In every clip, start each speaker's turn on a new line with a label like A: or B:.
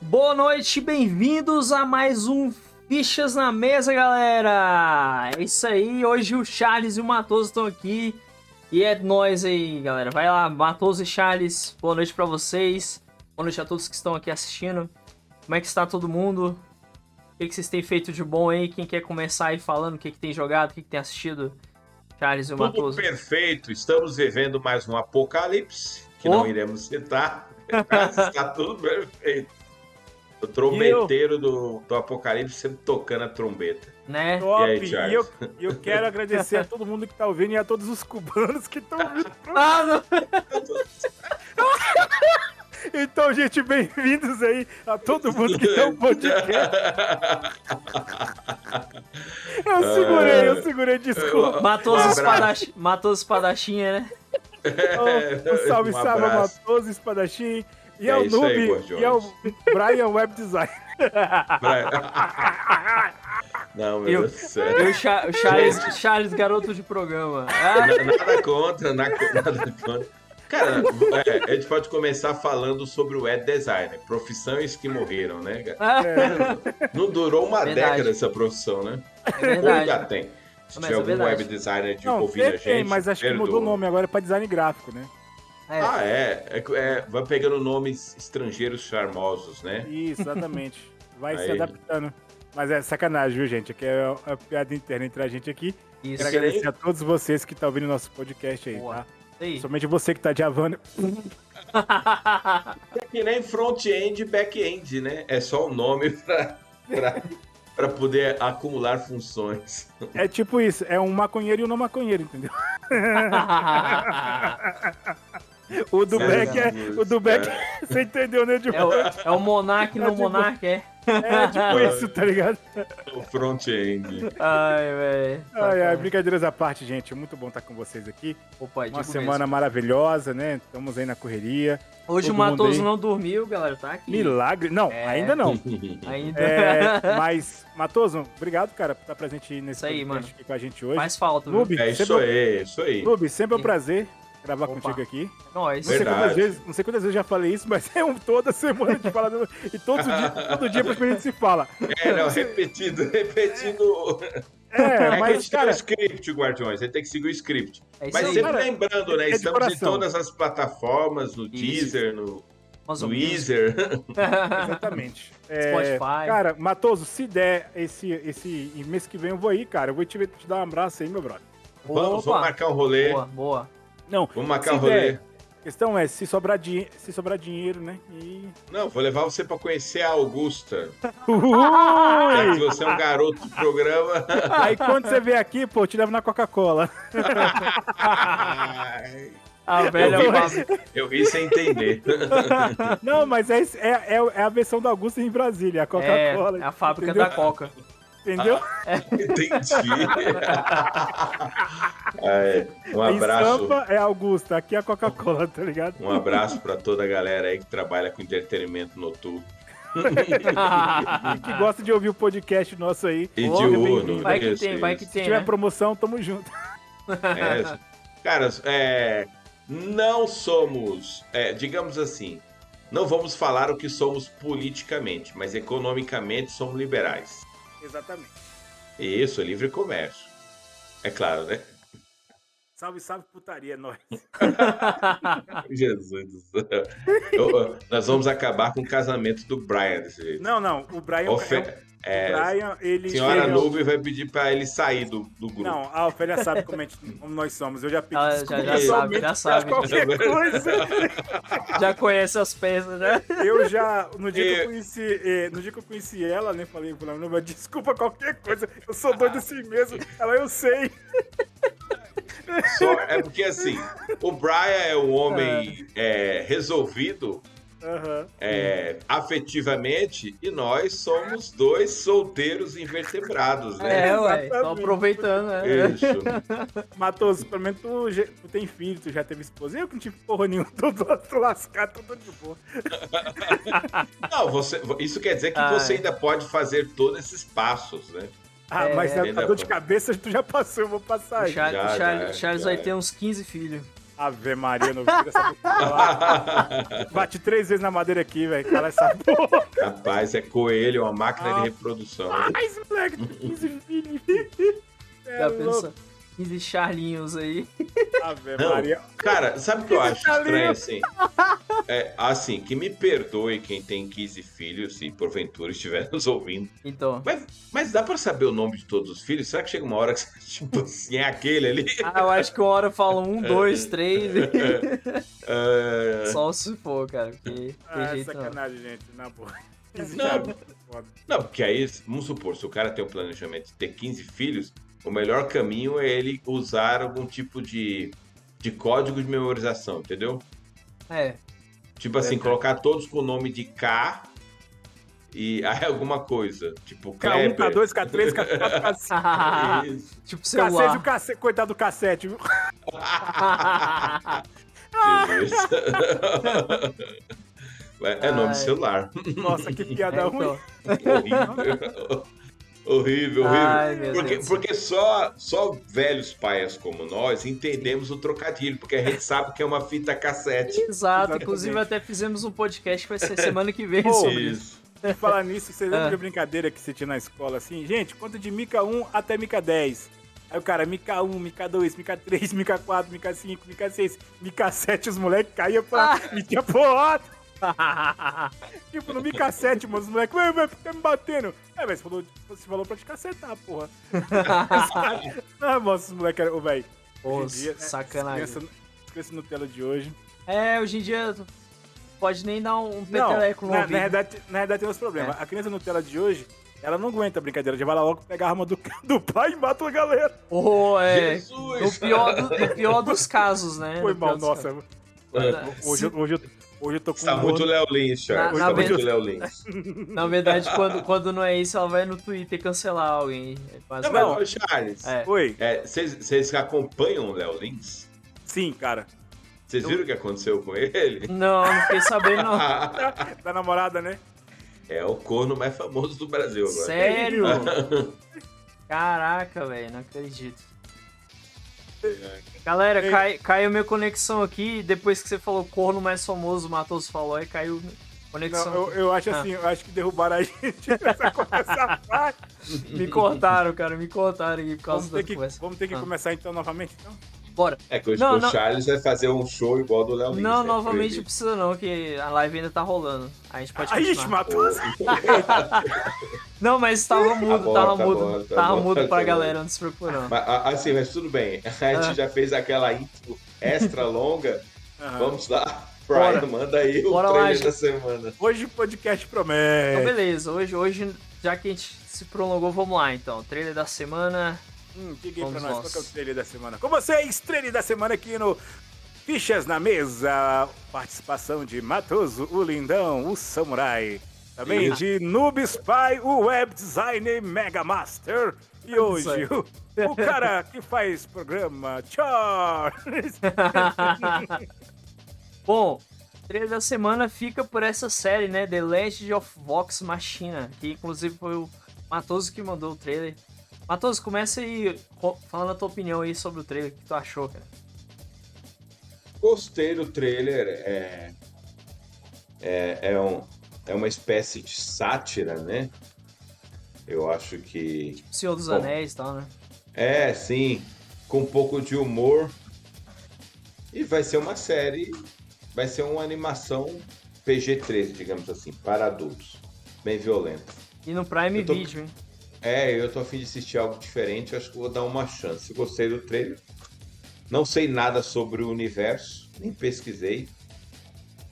A: Boa noite, bem-vindos a mais um Fichas na Mesa, galera! É isso aí, hoje o Charles e o Matoso estão aqui. E é nóis aí, galera. Vai lá, Matoso e Charles, boa noite pra vocês. Boa noite a todos que estão aqui assistindo. Como é que está todo mundo? O que, que vocês têm feito de bom aí? Quem quer começar aí falando o que, que tem jogado, o que, que tem assistido? Charles e o
B: Tudo
A: Matoso.
B: perfeito, estamos vivendo mais um apocalipse, que
A: Oh.
B: não iremos citar, mas está tudo perfeito. O trombeteiro do, do apocalipse sempre tocando a trombeta.
A: Né?
C: Top!
B: E aí,
C: E,
B: Charles?
C: eu, e eu quero agradecer a todo mundo que tá ouvindo e a todos os cubanos que estão ouvindo.
A: Ah, não.
C: Então, gente, bem-vindos aí a todo mundo que tem um podcast. Eu segurei, eu segurei, desculpa.
A: Matou os
B: Um
A: espadach... matou os espadachinha, né?
C: Ô, O salve,
B: Um
C: salve,
B: abraço.
C: Matoso, Espadachim. E
B: É
C: ao
B: isso aí,
C: Noob,
B: Gordiones.
C: e ao Brian Web Design.
B: Pra- Não, meu
A: Eu-
B: Deus do céu.
A: Eu, Cha- o Charles, Charles, garoto de programa. Ah,
B: Na- Nada contra, na- nada contra. Cara, é, a gente pode começar falando sobre o web designer, profissões que morreram, né, cara?
A: ah,
B: Não durou uma
A: Verdade.
B: década essa profissão, né?
A: é
B: Ou ainda
A: verdade.
B: tem. Se
A: Mas
B: tiver
A: é
B: algum
A: verdade.
B: web designer de
C: Não,
B: ouvindo a
C: sempre tem,
B: gente.
C: mas acho que
B: perdoa.
C: mudou o nome agora pra design gráfico, né?
A: É.
B: Ah, é. É que- é, Vai pegando nomes estrangeiros charmosos, né?
C: Isso, exatamente. Vai se
B: Aí.
C: adaptando. Mas é sacanagem, viu, gente? Aqui é a piada interna entre a gente aqui.
A: Isso
C: Quero
B: Isso aí.
C: agradecer a todos vocês que estão ouvindo nosso podcast aí,
A: Boa.
C: tá?
A: aí.
C: Somente você que tá de Havana.
B: É que nem front-end e back-end, né? É só o nome pra, pra, pra poder acumular funções.
C: É tipo isso, é um maconheiro e um não maconheiro, entendeu? O do
A: Sério,
C: Beck é.
B: Jesus,
C: O do Beck.
B: cara.
C: Você entendeu, né? Tipo,
A: É o, é o Monark no Monark, é?
C: é tipo isso, tá ligado?
B: O front-end.
A: Ai, velho.
C: Ai,
A: tá.
C: ai, brincadeiras à parte, gente. Muito bom estar com vocês aqui.
A: Opa,
C: Uma
A: digo
C: semana
A: É tipo mesmo.
C: maravilhosa, né? Estamos aí na correria.
A: Hoje o
C: todo mundo
A: Matoso
C: aí.
A: não dormiu, galera. Tá aqui.
C: Milagre. Não,
A: É.
C: ainda não.
A: Ainda.
C: É, mas, Matoso, obrigado, cara, por estar presente aí nesse
A: Isso aí,
C: podcast
A: mano.
C: aqui com a gente hoje.
A: Faz falta, viu?
C: Noob,
B: É isso
C: sempre,
B: aí, é isso aí.
C: Noob, sempre é um
A: Sim.
C: prazer gravar
A: Opa.
C: contigo aqui.
A: É Nós.
C: Não sei,
B: Verdade.
C: quantas vezes, não sei quantas vezes eu já falei isso, mas é um toda semana a gente fala. do- E todos os dias, todo dia praticamente a gente se fala.
B: É, não, repetido, repetindo. É,
C: É,
B: que a
C: mas,
B: gente tem o
C: cara,
B: script, Guardiões. A gente tem que seguir o script.
A: É isso
B: Mas
A: aí.
B: sempre
C: cara,
B: lembrando, né?
C: é de
B: Estamos em
C: coração.
B: todas as plataformas, no
A: Isso.
B: Deezer, no,
A: Nós
B: no
A: ouvimos.
B: Deezer.
C: exatamente. É,
A: Spotify.
C: Cara, Matoso, se der esse, esse mês que vem eu vou aí, cara. Eu vou te, te dar um abraço aí, meu brother.
B: Vamos,
A: Opa.
B: vamos marcar um rolê.
A: Boa, boa.
C: Não,
B: Vamos marcar
C: Se
B: um rolê.
C: der. a questão é se sobrar, dinhe- se sobrar dinheiro, né? E.
B: Não, vou levar você pra conhecer a Augusta. Já que
C: Ui!
B: você é um garoto do programa.
C: Aí quando você vier aqui, pô, eu te levo na Coca-Cola.
A: Ah, velho, é o Babi.
B: Eu vi sem entender.
C: Não, mas é, esse- é, é, é a versão do Augusto em Brasília, a
A: É,
C: Coca-Cola.
A: é a fábrica
C: entendeu?
A: da Coca.
C: Entendeu?
B: Entendi. É, um abraço.
C: Em Sampa é Augusta, aqui é a Coca-Cola, tá ligado?
B: Um abraço pra toda a galera aí que trabalha com entretenimento noturno.
C: E que gosta de ouvir o podcast nosso aí.
B: Ah. E
A: Ô,
B: diurno.
A: Vai que
B: isso,
A: tem, vai que
B: isso.
C: Se
A: tem.
C: tiver
A: né?
C: promoção, tamo junto.
B: É, caras, é, não somos, é, digamos assim, não vamos falar o que somos politicamente, mas economicamente somos liberais.
C: Exatamente.
B: E isso é livre comércio. É claro, né?
C: Salve, salve, putaria, é nós. Ah.
B: Jesus do céu. Eu- eu- nós vamos acabar com o casamento do Brian desse jeito.
C: Não, não, o Brian...
B: Ofe- é,
C: O Brian, ele...
B: senhora
C: ele-
B: Nube vai pedir pra ele sair do, do grupo.
C: Não, a Ofélia sabe como, a gente- como nós somos. Eu já pedi
A: Ela Ah, já-
C: desculpa
A: já
C: pessoalmente
A: sabe, já
C: pra
A: sabe.
C: qualquer coisa.
A: Já conhece as peças, né?
C: Eu já, no dia, que
B: É.
C: eu conheci, eh, no dia que eu conheci ela, né, falei pra ela, "Não, desculpa qualquer coisa, eu sou
B: Ah.
C: doido assim mesmo. Ela, eu sei.
B: Só- é porque assim, o Brian é um homem é, resolvido
C: Aham.
B: é, afetivamente e nós somos dois solteiros invertebrados, né?
A: É, ué. Tô
C: Exatamente.
A: aproveitando, né?
C: É.
B: Isso.
C: Matoso, pelo menos tu, já- tu tem filho, tu já teve esposa. Eu que não tive porra nenhuma, tô, tô, tô lascado, tô todo de boa.
B: Não, você, isso quer dizer que
A: Ai.
B: você ainda pode fazer todos esses passos, né?
C: Ah,
A: É,
C: mas
A: é.
C: a, a dor de cabeça tu já passou, eu vou passar
A: O
C: aí.
A: Char-
B: Já,
A: o Charles,
B: já, é.
A: Charles
B: já.
A: vai ter uns 15 filhos.
C: Ave Maria, não vira essa boca pra lá. Bate três vezes na madeira aqui, velho. Cala essa porra.
B: Rapaz, é coelho, é uma máquina de reprodução.
C: Mas, moleque, tem 15 filhos. É
A: Já
C: louco.
A: pensa? 15 charlinhos aí.
C: Ave
B: Não,
C: Maria.
B: Cara, sabe o que eu acho
C: Tá
B: estranho assim? É, assim, que me perdoe quem tem 15 filhos e porventura estiver nos ouvindo.
A: Então.
B: Mas, mas dá pra saber o nome de todos os filhos? Será que chega uma hora que você, tipo assim, é aquele ali?
A: Ah, eu acho que uma hora falam
B: É.
A: um, dois, três.
B: Ah,
A: Só se for, cara. Porque tem
C: Ah,
A: jeito não.
C: sacanagem, gente. Na boa. é
B: Não.
C: Foda.
B: Não, porque aí, vamos supor, se o cara tem um planejamento de ter 15 filhos, o melhor caminho é ele usar algum tipo de, de código de memorização, entendeu?
A: É.
B: Tipo assim,
C: Verdade.
B: colocar todos com o nome de K e aí alguma coisa. Tipo,
C: K1,
B: Kleber.
C: K2, K3, K4, K5.
B: Isso.
A: tipo
C: K6 e o
A: celular.
C: K7, coitado do K7, viu?
B: Jesus. Ué, é nome
A: Ai.
B: de celular.
C: Nossa, que
A: É,
C: piada ruim.
A: então.
B: horrível. horrível, horrível.
A: Ai, meu
B: porque
A: Deus.
B: porque só, só velhos paias como nós entendemos o trocadilho, porque a gente sabe que é uma fita cassete.
A: Exato,
C: Exatamente.
A: inclusive até fizemos um podcast que vai ser semana que vem
C: Pô,
A: sobre isso.
B: Isso.
C: Falar nisso, vocês lembram
A: Ah.
C: de brincadeira que você tinha na escola assim? Gente, conta de Mica 1 até Mica 10. Aí o cara, Mica 1, Mica 2, Mica 3, Mica 4, Mica 5, Mica 6, Mica 7, os moleques caíam pra. Me tinha porrada! Tipo, no Mica 7, mano, os moleques, ué, ué, por que tá me batendo? É, mas você falou, você falou pra te cacetar, porra. Ah, moço, os moleques eram, velho.
A: Pô,
C: né,
A: sacanagem.
C: Criança Nutella de hoje.
A: É, hoje em dia pode nem dar um
C: Não,
A: peteleco É. no
C: na, na
A: ouvido.
C: verdade, na verdade tem uns problemas. A criança Nutella de hoje, ela não aguenta a brincadeira. Já vai lá logo, pega a arma do, do pai e mata a galera.
A: Oh, é. No
B: Jesus!
A: pior, do- no pior dos casos, né?
C: Foi
A: No
C: mal,
A: pior dos
C: nossa.
A: casos.
C: Hoje, eu- hoje, eu- hoje eu tô com
B: Está
C: um
B: tá muito
C: horno-
B: Léo Lins,
A: Na- na
B: Charles. Está muito
A: verdade-
B: Léo Lins.
A: Na verdade, quando, quando não é isso, ela vai no Twitter cancelar alguém. É quase-
B: Não, mas, ô, Charles,
A: É.
C: Oi?
B: é, vocês vocês acompanham o Léo Lins?
C: Sim, cara.
B: Vocês viram o que aconteceu com ele?
A: Não, não fiquei sabendo, não.
C: Da namorada, né?
B: É o corno mais famoso do Brasil agora.
A: Sério? Caraca, velho, não acredito. Galera, cai- caiu minha conexão aqui. Depois que você falou corno mais famoso, Matos falou, aí caiu
C: Não,
A: conexão.
C: eu, eu acho assim, eu acho que derrubaram a gente nessa conversa. Vai.
A: Me cortaram, cara, me cortaram aqui por causa
C: Vamos ter
A: da
C: que,
A: conversa.
C: vamos ter que
A: Ah.
C: começar então novamente, então?
A: Bora.
B: É que hoje
A: Não,
B: o
A: não.
B: Charles vai fazer um show igual do Léo Lins.
A: Não,
B: né?
A: novamente não
B: Proibido.
A: precisa não, que a live ainda tá rolando. A gente pode
C: Aí, gente,
A: continuar.
C: matou.
A: Não, mas tava mudo,
B: bom,
A: tava
B: tá
A: mudo.
B: bom, tá
A: tava
B: bom,
A: mudo
B: tá
A: pra
B: bom.
A: galera, não se preocupe não. Então,
B: Mas, a- assim, mas tudo bem. A gente
A: Ah.
B: já fez aquela intro extra longa.
C: Aham.
B: Vamos lá. Brian,
A: Bora.
B: manda aí o
A: Bora lá,
B: trailer
A: gente.
B: da semana.
C: Hoje o podcast
A: Então
C: promete.
A: beleza, hoje, hoje, já que a gente se prolongou, vamos lá então. Trailer da semana.
C: Hum, diga aí pra
A: Vamos
C: nós,
A: nós.
C: qual que é o trailer da semana? Com vocês, trailer da semana aqui no Fichas na Mesa. Participação de Matoso, o Lindão, o Samurai. Também
B: Isso.
C: de Noob Spy, o web designer Mega Master. E hoje,
A: Isso
C: o, o cara que faz programa, Charles.
A: Bom, trailer da semana fica por essa série, né? The Legend of Vox Machina, que inclusive foi o Matoso que mandou o trailer. Matoso, começa aí co- falando a tua opinião aí sobre o trailer, o que tu achou, cara.
B: Gostei do trailer. É, é, é, um, é uma espécie de sátira, né? Eu acho que
A: Senhor dos
B: Bom.
A: Anéis e tal, né?
B: É, sim. Com um pouco de humor. E vai ser uma série. Vai ser uma animação PG-13, digamos assim, para adultos. Bem violenta.
A: E no Prime
B: Eu tô-
A: Video, hein?
B: É, eu tô a fim de assistir algo diferente, acho que vou dar uma chance. Gostei do trailer. Não sei nada sobre o universo, nem pesquisei.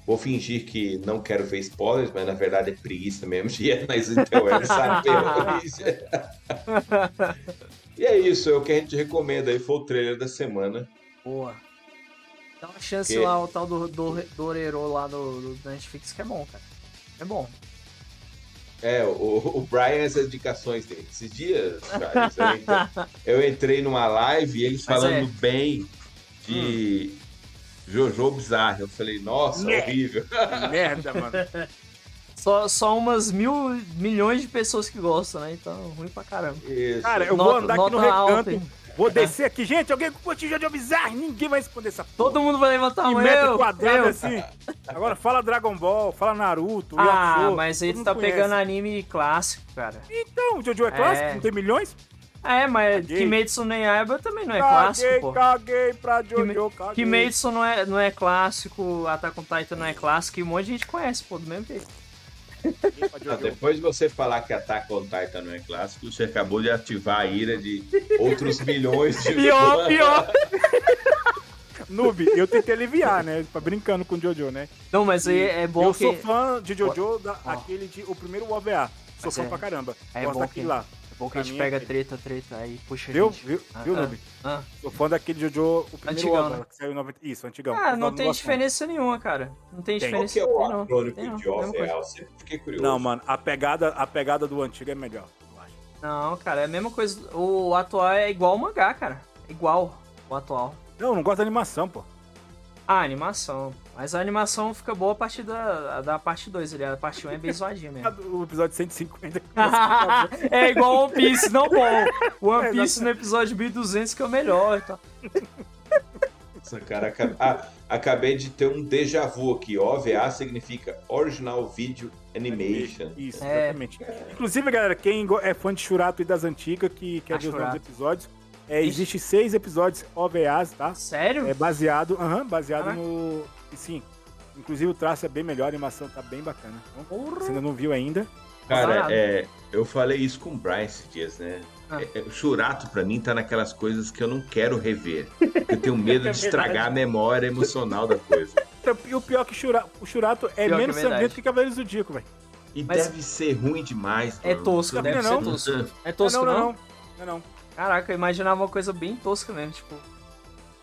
B: Vou fingir que não quero ver spoilers, mas na verdade é preguiça mesmo de ir nas interwebs saber. e é isso, é o que a gente recomenda aí, foi o trailer da semana.
A: Boa. Dá uma chance
B: Que-
A: lá ao tal do, do, do Orero lá do, do Netflix, que é bom, cara. É bom.
B: É, o, o Brian, essas indicações dele. Esses dias, Charles, eu entrei, eu entrei numa live e
A: Mas
B: eles falando
A: é. Hum.
B: bem de Jojo Bizarro. Eu falei, nossa,
C: Né?
B: horrível.
C: Merda, mano.
A: Só, só umas mil milhões de pessoas que gostam, né? Então, ruim pra caramba.
B: Isso.
C: Cara, eu
A: Nota-
C: vou andar aqui
A: nota
C: no
A: alta,
C: recanto.
A: hein?
C: Vou descer aqui, gente. Alguém com botija de bizarro? Ninguém vai responder essa porra.
A: Todo mundo vai levantar
C: Em
A: o
C: metro
A: meu.
C: quadrado
A: eu.
C: assim. Agora fala Dragon Ball, fala Naruto,
A: Ah,
C: Yakuza,
A: mas aí
C: todo
A: tu
C: mundo
A: tá
C: conhece.
A: pegando anime clássico, cara.
C: Então, o Jojo é clássico?
A: É.
C: Não tem milhões?
A: Ah, É, mas
C: Caguei.
A: Kimetsu no Yaiba também não é
C: caguei,
A: clássico, pô.
C: caguei pra
A: Kime-
C: Jojo, caguei.
A: Kimetsu não é, não é clássico, Attack on Titan não é clássico, e um monte de gente conhece, pô, do mesmo jeito.
C: Caguei pra
B: Ah,
C: Jojo.
B: depois de você falar que Attack on Titan não é clássico, você acabou de ativar a ira de outros milhões de
A: Pior, pior.
C: Noob, eu tentei aliviar, né? Tá brincando com o Jojo, né?
A: Não, mas aí é bom
C: eu
A: que...
C: sou fã de Jojo, da,
A: Ó.
C: aquele de, o primeiro OVA. Sou
A: Mas
C: fã
A: é-
C: pra caramba.
A: é
C: Gosto
A: bom
C: daquele
A: que-
C: lá.
A: É bom que a
C: Pra
A: gente
C: mim é
A: pega
C: aquele.
A: treta, treta, aí puxa a
C: Viu?
A: gente.
C: Viu, É um
A: Ah,
C: viu
A: ah,
C: Noob?
A: ah.
C: Sou fã daquele Jojo, o primeiro
A: Antigão,
C: OVA,
A: né?
C: que saiu em 90... Isso, antigão.
A: Ah,
C: Eu
A: não tem
C: gosto muito.
A: diferença nenhuma, cara. Não tem
C: Tem.
B: Qual
A: diferença
B: que é o
A: nenhuma, não. Tem
B: acrônico
A: não,
B: de
A: mesma coisa.
B: OVA? Eu sempre fiquei curioso.
C: Não, mano, a pegada, a pegada do antigo é melhor. eu acho.
A: Não, cara, é a mesma coisa. O atual é igual ao mangá, cara. É Igual o atual.
C: Não, eu não gosto da animação, pô.
A: A animação. Mas a animação fica boa a partir da, da parte 2 ali. A parte 1 é bem zoadinha mesmo.
C: O episódio 150 que você acabou.
A: é igual One Piece, não bom. One
C: É,
A: Piece no episódio 1200 que é o melhor. e tal.
B: Nossa, cara, aca- ah, acabei de ter um déjà vu aqui. OVA significa Original Video Animation.
C: Isso,
A: É.
C: exatamente. Inclusive, galera, quem go- é fã de Churato e das antigas, que quer
A: Ah,
C: ver os novos
A: Churato.
C: episódios, é, existe seis episódios OVAs, tá?
A: Sério?
C: É baseado, aham, baseado
A: Caraca.
C: no. E sim. Inclusive o traço é bem melhor, a animação tá bem bacana. Então,
A: Porra.
C: você ainda não viu ainda?
B: Cara,
A: Parado.
B: é, eu falei isso com o Brian esses dias, né?
A: Ah.
B: É, é, o Churato, pra mim, tá naquelas coisas que eu não quero rever. Eu tenho medo
C: É
B: de estragar
C: verdade.
B: a memória emocional da coisa.
C: Então, E o pior que Chura- o Churato
A: Pior
C: é
A: que é
C: menos
A: verdade.
C: sangrento que Cavaleiros do Dico, velho.
B: E
A: Mas-
B: deve ser ruim demais.
A: É
B: mano.
A: tosco,
C: Não,
A: deve
C: né? não.
A: ser tosco. É tosco, não?
C: não, não. Não, não.
A: Caraca, eu imaginava uma coisa bem tosca mesmo, tipo...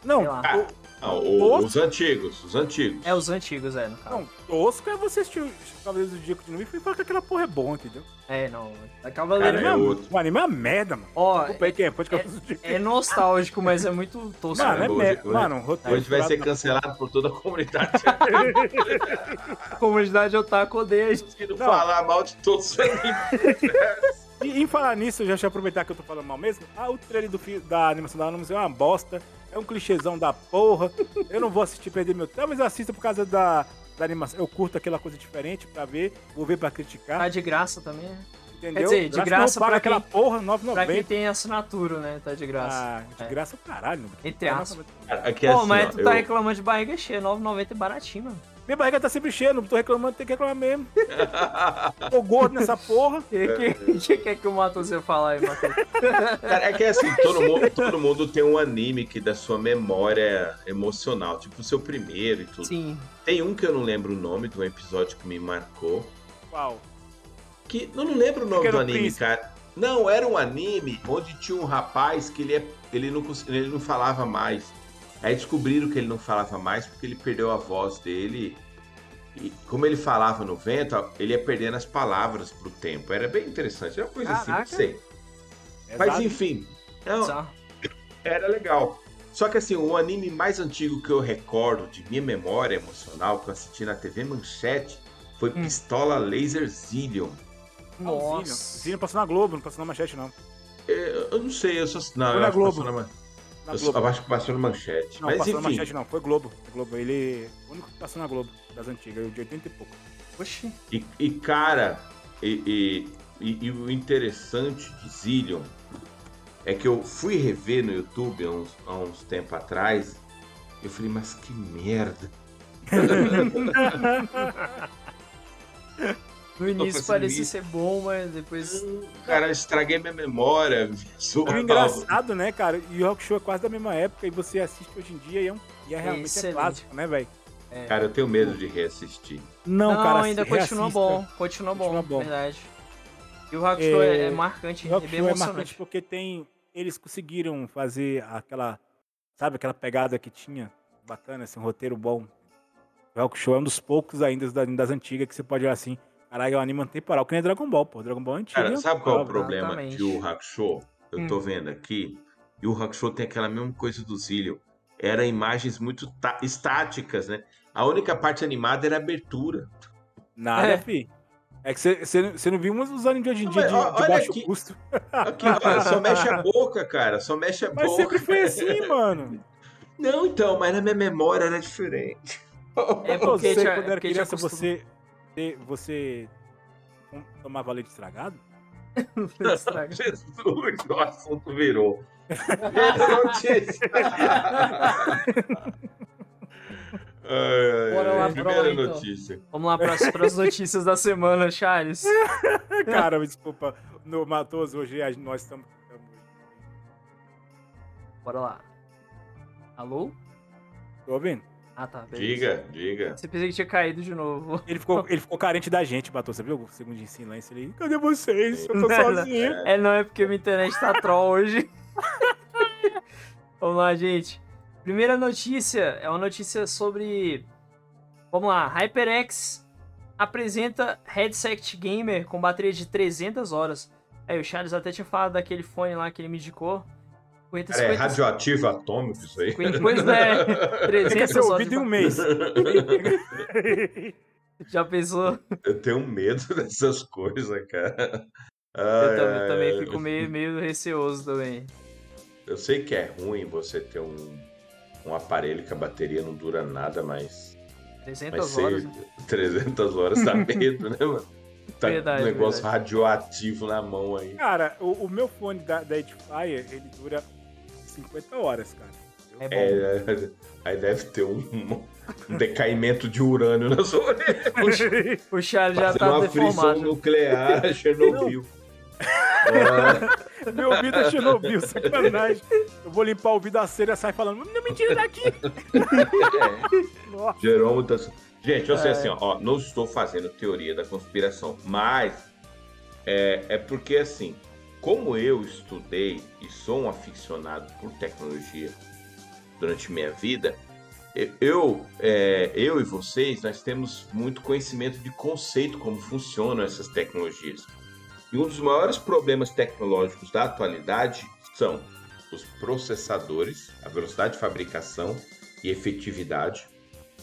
C: Não,
A: Sei lá. Ah, tá.
C: o-
B: Não, Ah, o-
C: Tosco?
B: os antigos, os antigos.
A: É os antigos, é, no caso.
C: não, tosco é você assistir o Cavaleiros do Dico de novo e falar que aquela porra é boa, entendeu?
A: É, não. É
C: O
A: Cavaleiro...
B: Cara,
C: anime
B: é
C: é,
B: outro.
C: o anime é uma merda, mano.
A: Ó,
C: Desculpa aí, quem é fã de Cavaleiros do Dico.
A: é nostálgico, mas é muito tosco.
C: Mano, é
B: hoje-
C: merda.
B: hoje-
C: Mano, o roteiro.
B: Hoje vai ser
C: Churato-
B: cancelado por toda a comunidade.
C: é
A: A comunidade otaku odeia a gente.
B: Não falar mal de todos os animes.
C: E em falar nisso, já deixa eu aproveitar que eu tô falando mal mesmo. Ah, o trailer do, fi- da animação da Anonymous é uma bosta. É um clichêzão da porra. Eu não vou assistir perder meu tempo, mas eu assisto por causa da, da animação. Eu curto aquela coisa diferente pra ver. Vou ver pra
A: Tá
C: criticar.
A: de graça também, né?
C: Entendeu?
A: dizer, de graça
C: não,
A: pra
C: paga aquela
A: quem-
C: porra,
A: Pra quem
C: 9,90.
A: tem assinatura, né? Tá de graça.
C: Ah, de
A: É.
C: graça, o caralho.
A: Entre aspas.
B: Cara, Aqui
A: Pô,
B: é assim,
A: mas
B: ó,
A: tu tá
B: eu-
A: reclamando de barriga cheia, 9,90 é baratinho, mano.
C: Minha barriga tá sempre cheia, não tô reclamando, tem que reclamar mesmo. tô gordo nessa porra.
A: O que, que, que, que é que o Matheus ia falar aí, Matheus?
B: Cara, é que é assim, todo mundo, todo mundo tem um anime que da sua memória emocional, tipo o seu primeiro e tudo.
A: Sim.
B: Tem um que eu não lembro o nome de um episódio que me marcou.
C: Qual?
B: Que eu não lembro o nome
C: Pequeno
B: do anime,
C: Príncipe.
B: cara. Não, era um anime onde tinha um rapaz que ele, é- ele, não, cons- ele não falava mais. Aí descobriram que ele não falava mais porque ele perdeu a voz dele. E como ele falava no vento, ele ia perdendo as palavras pro tempo. Era bem interessante. Era uma coisa
A: Caraca.
B: assim, não sei. Mas
C: Exato.
B: enfim. Então, Não,
A: Bizarro.
B: era legal. Só que assim, o anime mais antigo que eu recordo de minha memória emocional, que eu assisti na TV Manchete, foi
A: Hum.
B: Pistola Laser Zillion.
C: Ah, o Zinho.
A: Nossa.
C: O Zinho passou na Globo, não passou na Manchete, não.
B: Eu, eu não sei, eu só. Não,
C: Foi
B: eu acho
C: na
B: que
C: Globo.
B: passou na, Man-
C: Na
B: eu só-
C: Globo.
B: eu acho que passou na manchete.
C: Não,
B: Mas
C: passou na
B: enfim,
C: manchete não, foi Globo. Foi Globo, ele. O único que passou na Globo das antigas, o de 80 e pouco.
A: Oxi.
B: e, e, cara, e, e- e- e o interessante de Zillion é que eu fui rever no YouTube há uns, há uns tempo atrás. Eu falei, mas que merda.
A: No início
B: fazendo
A: parecia
B: isso.
A: ser bom, mas depois.
B: Cara, eu estraguei minha memória visual.
C: E o engraçado, né, cara? E o Rock Show é quase da mesma época e você assiste hoje em dia e é, um, e é realmente é
A: Excelente.
C: clássico, né, velho?
B: Cara, eu tenho medo de reassistir.
C: Não, cara,
A: ainda
C: se-
A: continua
C: reassista.
A: bom. Continua bom,
C: Continua bom.
A: verdade. E o Hakusho é...
C: É,
A: é marcante,
C: O
A: é
C: Rock
A: bem
C: Show é marcante
A: emocionante.
C: porque tem. Eles conseguiram fazer aquela. Sabe, aquela pegada que tinha? Bacana, assim, um roteiro bom. O Rock Show é um dos poucos ainda das, das antigas que você pode olhar assim. Caralho, é um anime antemporal, que nem Dragon Ball, pô. Dragon Ball é antigo.
B: Cara,
C: né?
B: sabe qual é o
C: Antemporal,
B: problema
A: Exatamente. Hum.
B: de Yu Hakusho? Eu tô vendo aqui. E o Hakusho tem aquela mesma coisa do Zillion. Era imagens muito ta- estáticas, né? A única parte animada era a abertura.
C: Nada,
A: É.
C: fi. É que você não viu os animes de hoje em
B: Não,
C: dia
B: mas
C: de,
B: ó-
C: de
B: olha
C: baixo
B: aqui.
C: custo.
B: Aqui, ó, só mexe a boca, cara. Só mexe a
C: Mas
B: boca.
C: sempre foi assim, mano.
B: Não, então, mas na minha memória era diferente. Oh,
A: É
C: Pô,
A: porque
C: você,
A: tinha-
C: quando era
A: porque tinha
C: criança,
A: costume.
C: você, você, você tom- tomava leite estragado?
A: Estraga.
B: Jesus, o assunto virou. Virou notícia. Ai, ai,
A: Bora
B: ai.
A: lá,
B: Primeira
A: bora lá, então.
B: notícia.
A: Vamos lá para as, notícias da semana, Charles.
C: Cara, me desculpa. No Matoso, hoje a- nós estamos...
A: Bora lá. Alô?
C: Tô ouvindo?
A: Ah, tá. beleza.
B: Diga, diga.
A: Você pensei que tinha caído de novo.
C: Ele ficou, ele ficou carente da gente, Matoso. Você viu o segundo em silêncio? Ele, cadê vocês? Eu
A: Não,
C: tô
A: não.
C: sozinho.
A: É, não, é porque minha internet tá troll hoje. Vamos lá, gente. Primeira notícia é uma notícia sobre. Vamos lá, HyperX apresenta headset gamer com bateria de 300 horas. Aí o Charles até tinha falado daquele fone lá que ele me indicou. 50,
B: Cara, é
A: 50,
B: radioativo atômico isso aí.
A: 50, pois é,
C: Fica
A: 300
C: seu
A: horas.
C: ouvido
A: de
C: em um mês.
A: ba- Já pensou?
B: Eu tenho medo dessas coisas, cara.
A: Eu
B: Ai,
A: também, também
B: ai,
A: fico meio, meio receoso também.
B: Eu sei que é ruim você ter um, um aparelho que a bateria não dura nada, mas,
A: 300
B: mas ser
A: horas. né?
B: 300 horas dá medo, né, mano? Tá
A: Verdade,
B: um negócio
A: verdade.
B: radioativo na mão aí.
C: Cara, o, o meu fone da, da Edifier, ele dura 50 horas, cara.
A: É bom.
B: É, aí deve ter um, um decaimento de urânio na sua orelha.
A: O Charles já
B: Fazendo
A: tá
B: uma
A: deformado.
B: frisão nuclear a Chernobyl. Ah,
C: Meu ouvido é Chernobyl, sacanagem. Eu vou limpar o ouvido a cera e sai falando, não me tira daqui. Nossa.
B: gerou muitas. tá Gente, eu sei
A: É.
B: assim, ó, ó, não estou fazendo teoria da conspiração, mas é, é porque assim, como eu estudei e sou um aficionado por tecnologia durante minha vida, e- eu, é, eu e vocês, nós temos muito conhecimento de conceito, como funcionam essas tecnologias. E um dos maiores problemas tecnológicos da atualidade são os processadores, a velocidade de fabricação e efetividade,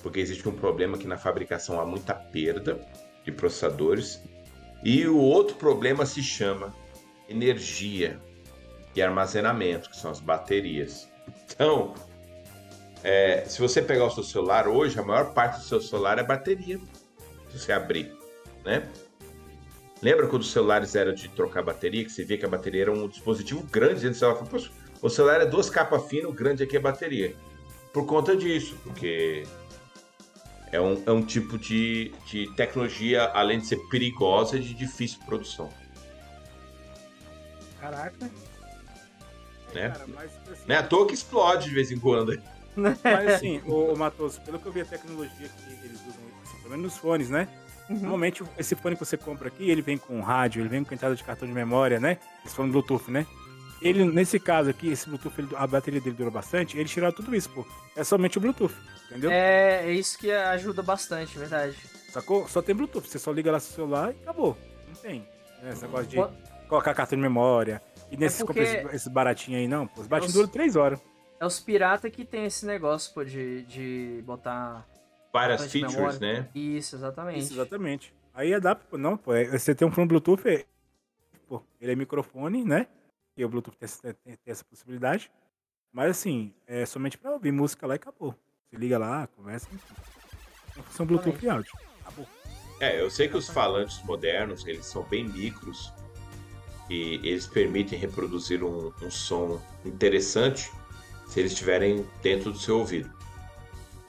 B: porque existe um problema que na fabricação há muita perda de processadores. E o outro problema se chama energia e armazenamento, que são as baterias. Então, é, se você pegar o seu celular hoje, a maior parte do seu celular é bateria. Se você abrir, né? Lembra quando os celulares eram de trocar bateria, que você via que a bateria era um dispositivo grande dentro do celular? Falou, "Poxa, O celular é duas capas finas, o grande aqui é bateria. Por conta disso, porque é um, é um tipo de, de tecnologia, além de ser perigosa, de difícil produção.
C: Caraca.
B: Né?
C: Cara, mas, assim,
B: Não é à toa que explode de vez em quando.
C: mas assim, o, Matoso, pelo que eu vi a tecnologia que eles usam, assim, pelo menos nos fones, né? Normalmente esse fone que você compra aqui, ele vem com rádio, ele vem com entrada de cartão de memória, né? Esse fone Bluetooth, né? Ele, nesse caso aqui, esse Bluetooth, ele- a bateria dele dura bastante, ele tirou tudo isso, pô. É somente o Bluetooth, entendeu?
A: É, é isso que ajuda bastante, verdade.
C: Sacou? Só tem Bluetooth. Você só liga lá seu celular e acabou. Não tem. Né? Esse negócio de
A: Qua-
C: colocar cartão de memória. E nesses
A: É porque-
C: compra esses, esses baratinhos aí, não. Pô, os baratinhos
A: Nossa.
C: duram três horas.
A: É os piratas que tem esse negócio, pô, de, de botar.
B: Várias
A: Bastante
B: features,
A: memória.
B: né?
A: Isso, exatamente.
C: Isso, exatamente. Aí adapta. pô, Não, pô. é- Você tem um fone Bluetooth, é- pô, ele é microfone, né? E o Bluetooth tem essa, tem- tem essa possibilidade. Mas assim, é somente pra ouvir música lá e acabou. Você liga lá, conversa. enfim. É uma função Bluetooth e áudio. Acabou.
B: É, eu sei que os falantes modernos, eles são bem micros e eles permitem reproduzir um, um som interessante se eles estiverem dentro do seu ouvido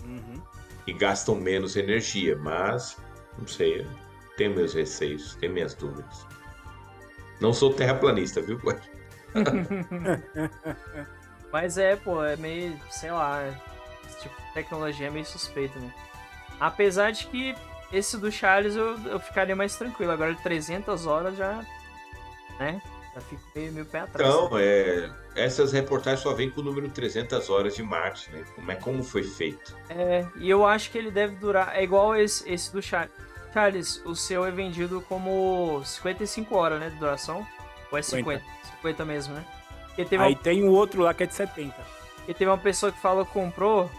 C: Uhum.
B: e gastam menos energia, mas não sei, eu tenho meus receios, tenho minhas dúvidas. Não sou terraplanista, viu, Guax?
A: Mas é, pô, é meio, sei lá, esse tipo de tecnologia é meio suspeito, né? Apesar de que esse do Charles eu, eu ficaria mais tranquilo. Agora de 300 horas já, né? Já fico meio, meio pé atrás.
B: Então, é, essas reportagens só vêm com o número 300 horas de Marte, né? Como é como foi feito?
A: É, e eu acho que ele deve durar. É igual esse, esse do Charles. Charles, o seu é vendido como 55 horas, né? De duração. Ou é 50?
C: 50.
A: 50 mesmo, né? Porque teve,
C: Aí
A: uma,
C: tem o outro lá que é de 70.
A: porque teve uma pessoa que falou que comprou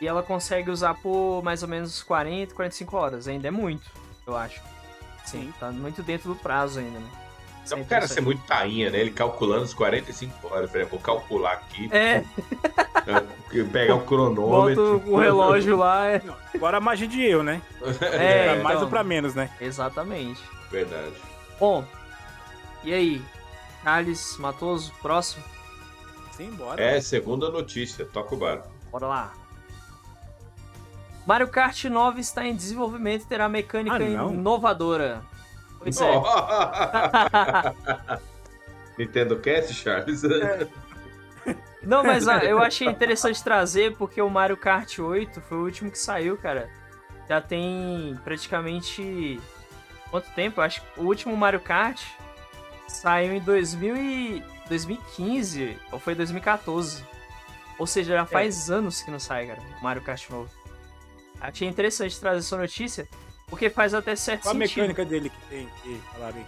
A: e ela consegue usar por mais ou menos 40, 45 horas. Ainda é muito, eu acho. Sim, tá muito dentro do prazo ainda, né?
B: Então, o cara ser muito tainha, né? Ele calculando os 45 horas. Eu falei, "Ah, vou calcular aqui,
A: É,
B: né? pegar o
C: um
A: bota
B: cronômetro.
A: o relógio lá. É,
C: Não, agora a margem de erro, né?
A: É,
C: pra mais
A: então.
C: ou pra menos, né?
A: exatamente.
B: Verdade.
A: Bom, e aí? Charles Matoso, próximo?
C: Sim, bora.
B: É, segunda notícia, toca o barco.
A: Bora lá. Mario Kart 9 está em desenvolvimento e terá mecânica
C: Ah, não.
A: inovadora. Pois é.
B: Nintendo Cast, Charles?
A: É, Não, mas ah, eu achei interessante trazer porque o Mario Kart 8 foi o último que saiu, cara. Já tem praticamente. Quanto tempo? Eu acho que o último Mario Kart saiu em 2000 e- 2015 ou foi 2014. Ou seja,
C: É.
A: já faz anos que não sai, cara, o Mario Kart novo. Achei interessante trazer essa notícia porque faz até certo
C: Qual a
A: sentido.
C: mecânica dele que tem que falar aí?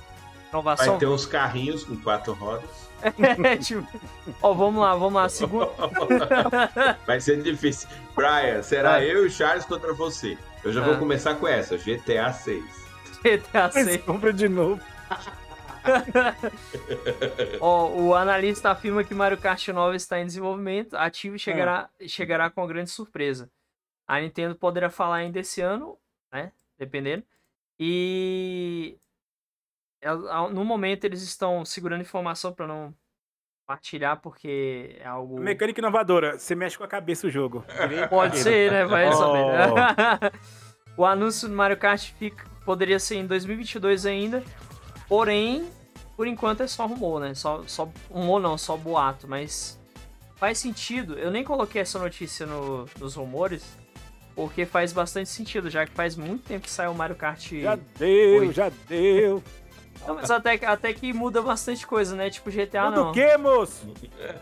A: Inovação.
B: Vai ter uns carrinhos com quatro rodas.
C: um-
A: É, tipo, Ó, vamos lá, vamos lá. Segunda.
B: Vai ser difícil. Brian, será eu e o Charles contra você? Eu já
A: Ah.
B: vou começar com essa, GTA 6.
A: GTA 6.
C: Mas compra de novo.
A: Ó, o analista afirma que Mario Kart 9 está em desenvolvimento, ativo e chegará, chegará com uma grande surpresa. A Nintendo poderá falar ainda esse ano, né? Dependendo. E el- ao- no momento eles estão segurando informação para não partilhar, porque é algo.
C: Mecânica inovadora, você mexe com a cabeça o jogo. Direito,
A: Pode ser, né? Vai
C: Oh.
A: saber. né? o anúncio do Mario Kart fica- poderia ser em 2022 ainda, porém, por enquanto é só rumor, né? Só, só rumor não, só boato, mas faz sentido. Eu nem coloquei essa notícia no- nos rumores, porque faz bastante sentido, já que faz muito tempo que saiu o Mario Kart.
C: Já deu,
A: Oi.
C: já deu.
A: Não, mas até, que- até que muda bastante coisa, né? Tipo GTA
C: Tudo
A: não.
C: o que, moço?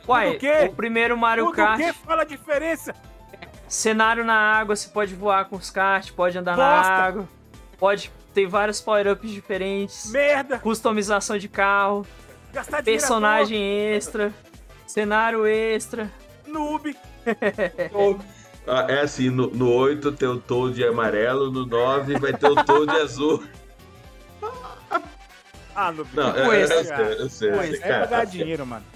A: Uai,
C: Tudo o quê?
A: o primeiro Mario
C: Tudo o
A: Kart,
C: que fala a diferença?
A: cenário na água, você pode voar com os kart, pode andar
C: Bosta!
A: na água, pode ter vários power-ups diferentes,
C: Merda!
A: customização de carro,
C: Gastar dinheiro à
A: personagem extra, cenário extra.
C: toa, noob.
B: Ah, é assim, no, no 8 tem o Toad amarelo, no 9 vai ter o Toad azul.
C: Ah, noob.
B: Não, é,
A: Coisa,
B: eu sei, eu sei, eu sei,
C: Pois, é pra
B: cara.
C: ganhar dinheiro, mano.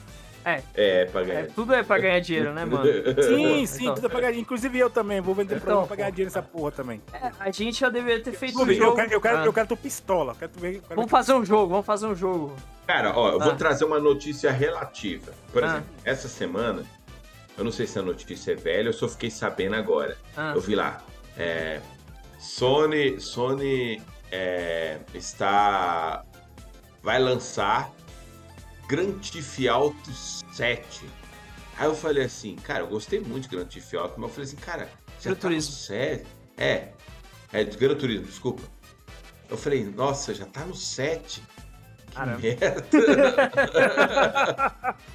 B: É, pra
A: É,
B: ganhar.
A: tudo é pra ganhar dinheiro, né, mano?
B: é,
C: Sim,
A: Então.
C: sim, tudo é pra ganhar dinheiro. Inclusive eu também, vou vender
A: Então,
C: programa
A: pô.
C: pra ganhar dinheiro nessa porra também.
A: É, a gente já deveria ter feito um
C: Noob, eu
A: jogo.
C: quero, eu quero,
A: Ah,
C: eu quero tu pistola. eu Quero tu ver, eu quero
A: Vamos fazer um jogo, vamos fazer um jogo.
B: Cara, ó, eu vou
A: Ah.
B: trazer uma notícia relativa. Por
A: Ah.
B: exemplo, essa semana, eu não sei se a notícia é velha, eu só fiquei sabendo agora.
A: Ah,
B: Eu vi lá. é, Sony, Sony é, está. Vai lançar Grand Theft Auto 7. Aí eu falei assim, cara, eu gostei muito de Grand Theft Auto, mas eu falei assim, cara, já
A: Gran
B: tá
A: Turismo.
B: no 7? É, é de Gran Turismo, desculpa. Eu falei, nossa, já tá no 7. Que
A: Caramba.
B: merda.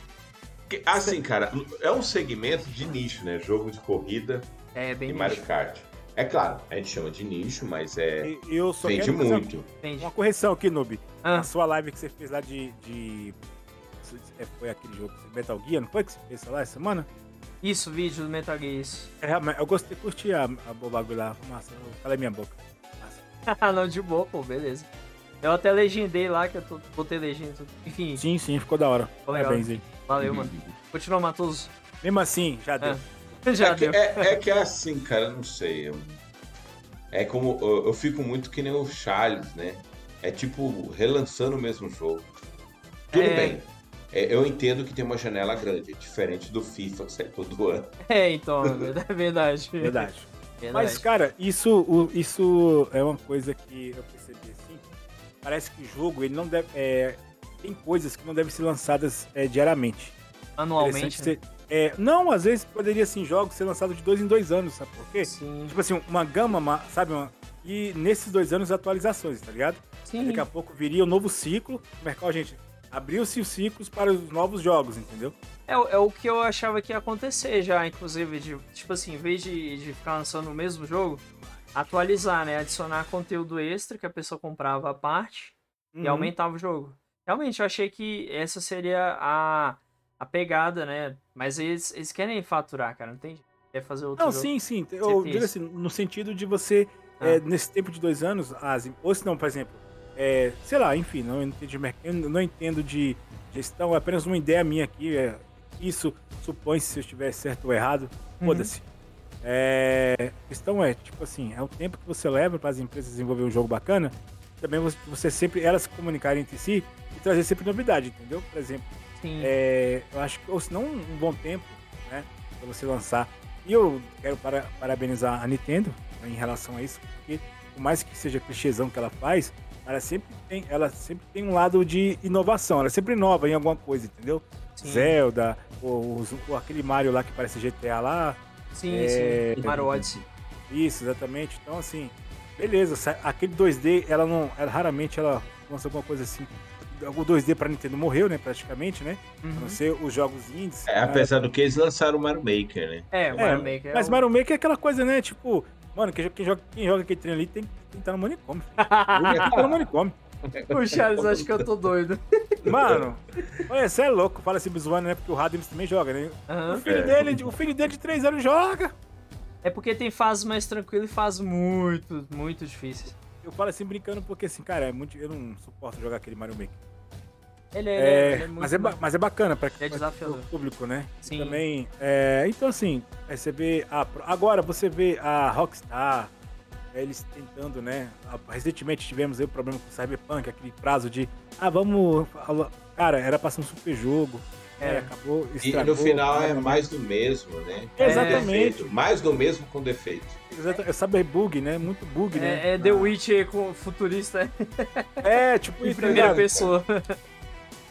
B: Que- assim, cara, é um segmento de nicho, né? Jogo de corrida,
A: é, bem
B: e Mario Kart. É claro, a gente chama de nicho, mas é.
C: E- Eu só
B: Vende
C: quero fazer uma-
B: muito.
A: diferente.
C: uma correção aqui, noob.
A: Ah,
C: A sua live que você fez lá de. de- é, Foi aquele jogo Metal Gear, não foi que você fez lá essa semana?
A: isso, vídeo do Metal Gear, isso.
C: É, realmente, eu gostei, curti a, a o bagulho lá, massa, eu- cala minha boca. Massa.
A: Ah, não, de boa, pô, beleza. Eu até legendei lá, que eu tô, botei legenda. tudo. Enfim,
C: Sim, sim, ficou da hora.
A: Ficou legal.
C: Parabéns aí.
A: valeu, mano.
B: Uhum.
A: Continua, Matoso.
C: Mesmo assim, já deu.
A: Ah. Já
B: é, que,
A: deu.
B: é, é que é assim, cara, eu não sei. eu- É como. Eu, eu fico muito que nem o Charles, né? É tipo relançando o mesmo jogo. Tudo
A: É.
B: bem. É, eu entendo que tem uma janela grande, é diferente do FIFA que sai todo ano.
A: É, então, é verdade. É verdade.
C: Verdade.
A: Verdade.
C: Mas, cara, isso, o- isso é uma coisa que eu percebi assim. Parece que jogo, ele não deve. é, tem coisas que não devem ser lançadas é, diariamente.
A: Anualmente.
C: Interessante ser- é, não, às vezes poderia, assim, jogos ser lançados de dois em dois anos, sabe por quê?
A: né? Sim.
C: Tipo assim, uma gama, uma- sabe? uma- e nesses dois anos, atualizações, tá ligado?
A: Sim.
C: Daqui a pouco viria um novo ciclo. O mercado, gente, abriu-se os ciclos para os novos jogos, entendeu?
A: É, o- é o que eu achava que ia acontecer já, inclusive, de, tipo assim, em vez de, de ficar lançando o mesmo jogo, atualizar, né? Adicionar conteúdo extra que a pessoa comprava à parte e
C: Uhum.
A: aumentava o jogo. Realmente, eu achei que essa seria a, a pegada, né? Mas eles, eles querem faturar, cara, não tem jeito. Quer fazer outro
C: Não,
A: jogo.
C: sim, sim. Eu
A: Certeza.
C: digo assim, no sentido de você,
A: Ah.
C: é, nesse tempo de dois anos, as, ou se não, por exemplo, É, sei lá, enfim, não entendo de, merc- eu não entendo de gestão, é apenas uma ideia minha aqui. é, isso supõe se eu estiver certo ou errado.
A: Uhum.
C: Foda-se. É, a questão é, tipo assim, é o tempo que você leva para as empresas desenvolver um jogo bacana. Também você, você sempre, elas se comunicarem entre si e trazer sempre novidade, entendeu? Por exemplo,
A: Sim.
C: é, eu acho que, ou se não, um bom tempo, né, pra você lançar. E eu quero para- parabenizar a Nintendo né, em relação a isso, porque por mais que seja clichêzão que ela faz, ela sempre tem, ela sempre tem um lado de inovação, ela sempre inova em alguma coisa, entendeu?
A: Sim.
C: Zelda, ou, os- ou aquele Mario lá que parece GTA lá,
A: Sim,
C: é-
A: sim. Mario Odyssey.
C: isso, exatamente. Então, assim, beleza. sa- Aquele 2D, ela não. Ela, raramente ela lança alguma coisa assim. O 2D pra Nintendo morreu, né? Praticamente, né?
A: Uhum.
C: A não ser os jogos indies.
B: É,
C: né?
B: apesar do que eles lançaram o Mario Maker, né?
A: É, o Mario Maker. é
C: Mas
A: o-
C: Mario Maker é aquela coisa, né? Tipo, mano, quem joga, quem joga, quem joga aquele trem ali tem, tem que estar no manicômio. filho. Tem que estar no manicômio.
A: O Charles acha que eu tô doido.
C: Mano, olha, você é louco. Fala assim, zoando, né? Porque o Radams também joga, né? O
A: Aham.
C: filho,
B: É.
C: dele, o filho dele de 3 anos joga.
A: É porque tem fases mais tranquilas e fases muito, muito difíceis.
C: Eu falo assim brincando porque assim, cara, é muito, eu não suporto jogar aquele Mario Maker.
A: Ele é,
C: É,
A: ele é muito.
C: mas, é, ba- mas é bacana pra, pra-
A: desafiador.
C: pro público, né?
A: Sim.
C: Também. é, então, assim, aí você vê a, pro- agora você vê a Rockstar, é, eles tentando, né? a- recentemente tivemos aí o problema com o Cyberpunk, aquele prazo de. Ah, vamos. fala- Cara, era pra ser um super jogo.
A: É.
C: né, acabou.
B: E
C: estragou,
B: no final é
C: cara,
B: mais do mesmo, né?
C: É,
B: Defeito.
C: exatamente.
B: Mais do mesmo com defeito.
C: Exata- É cyberbug, né? Muito bug, né?
A: É, é The Witcher com futurista
C: É, tipo,
A: em
C: isso, tá
A: primeira
C: ligado?
A: pessoa.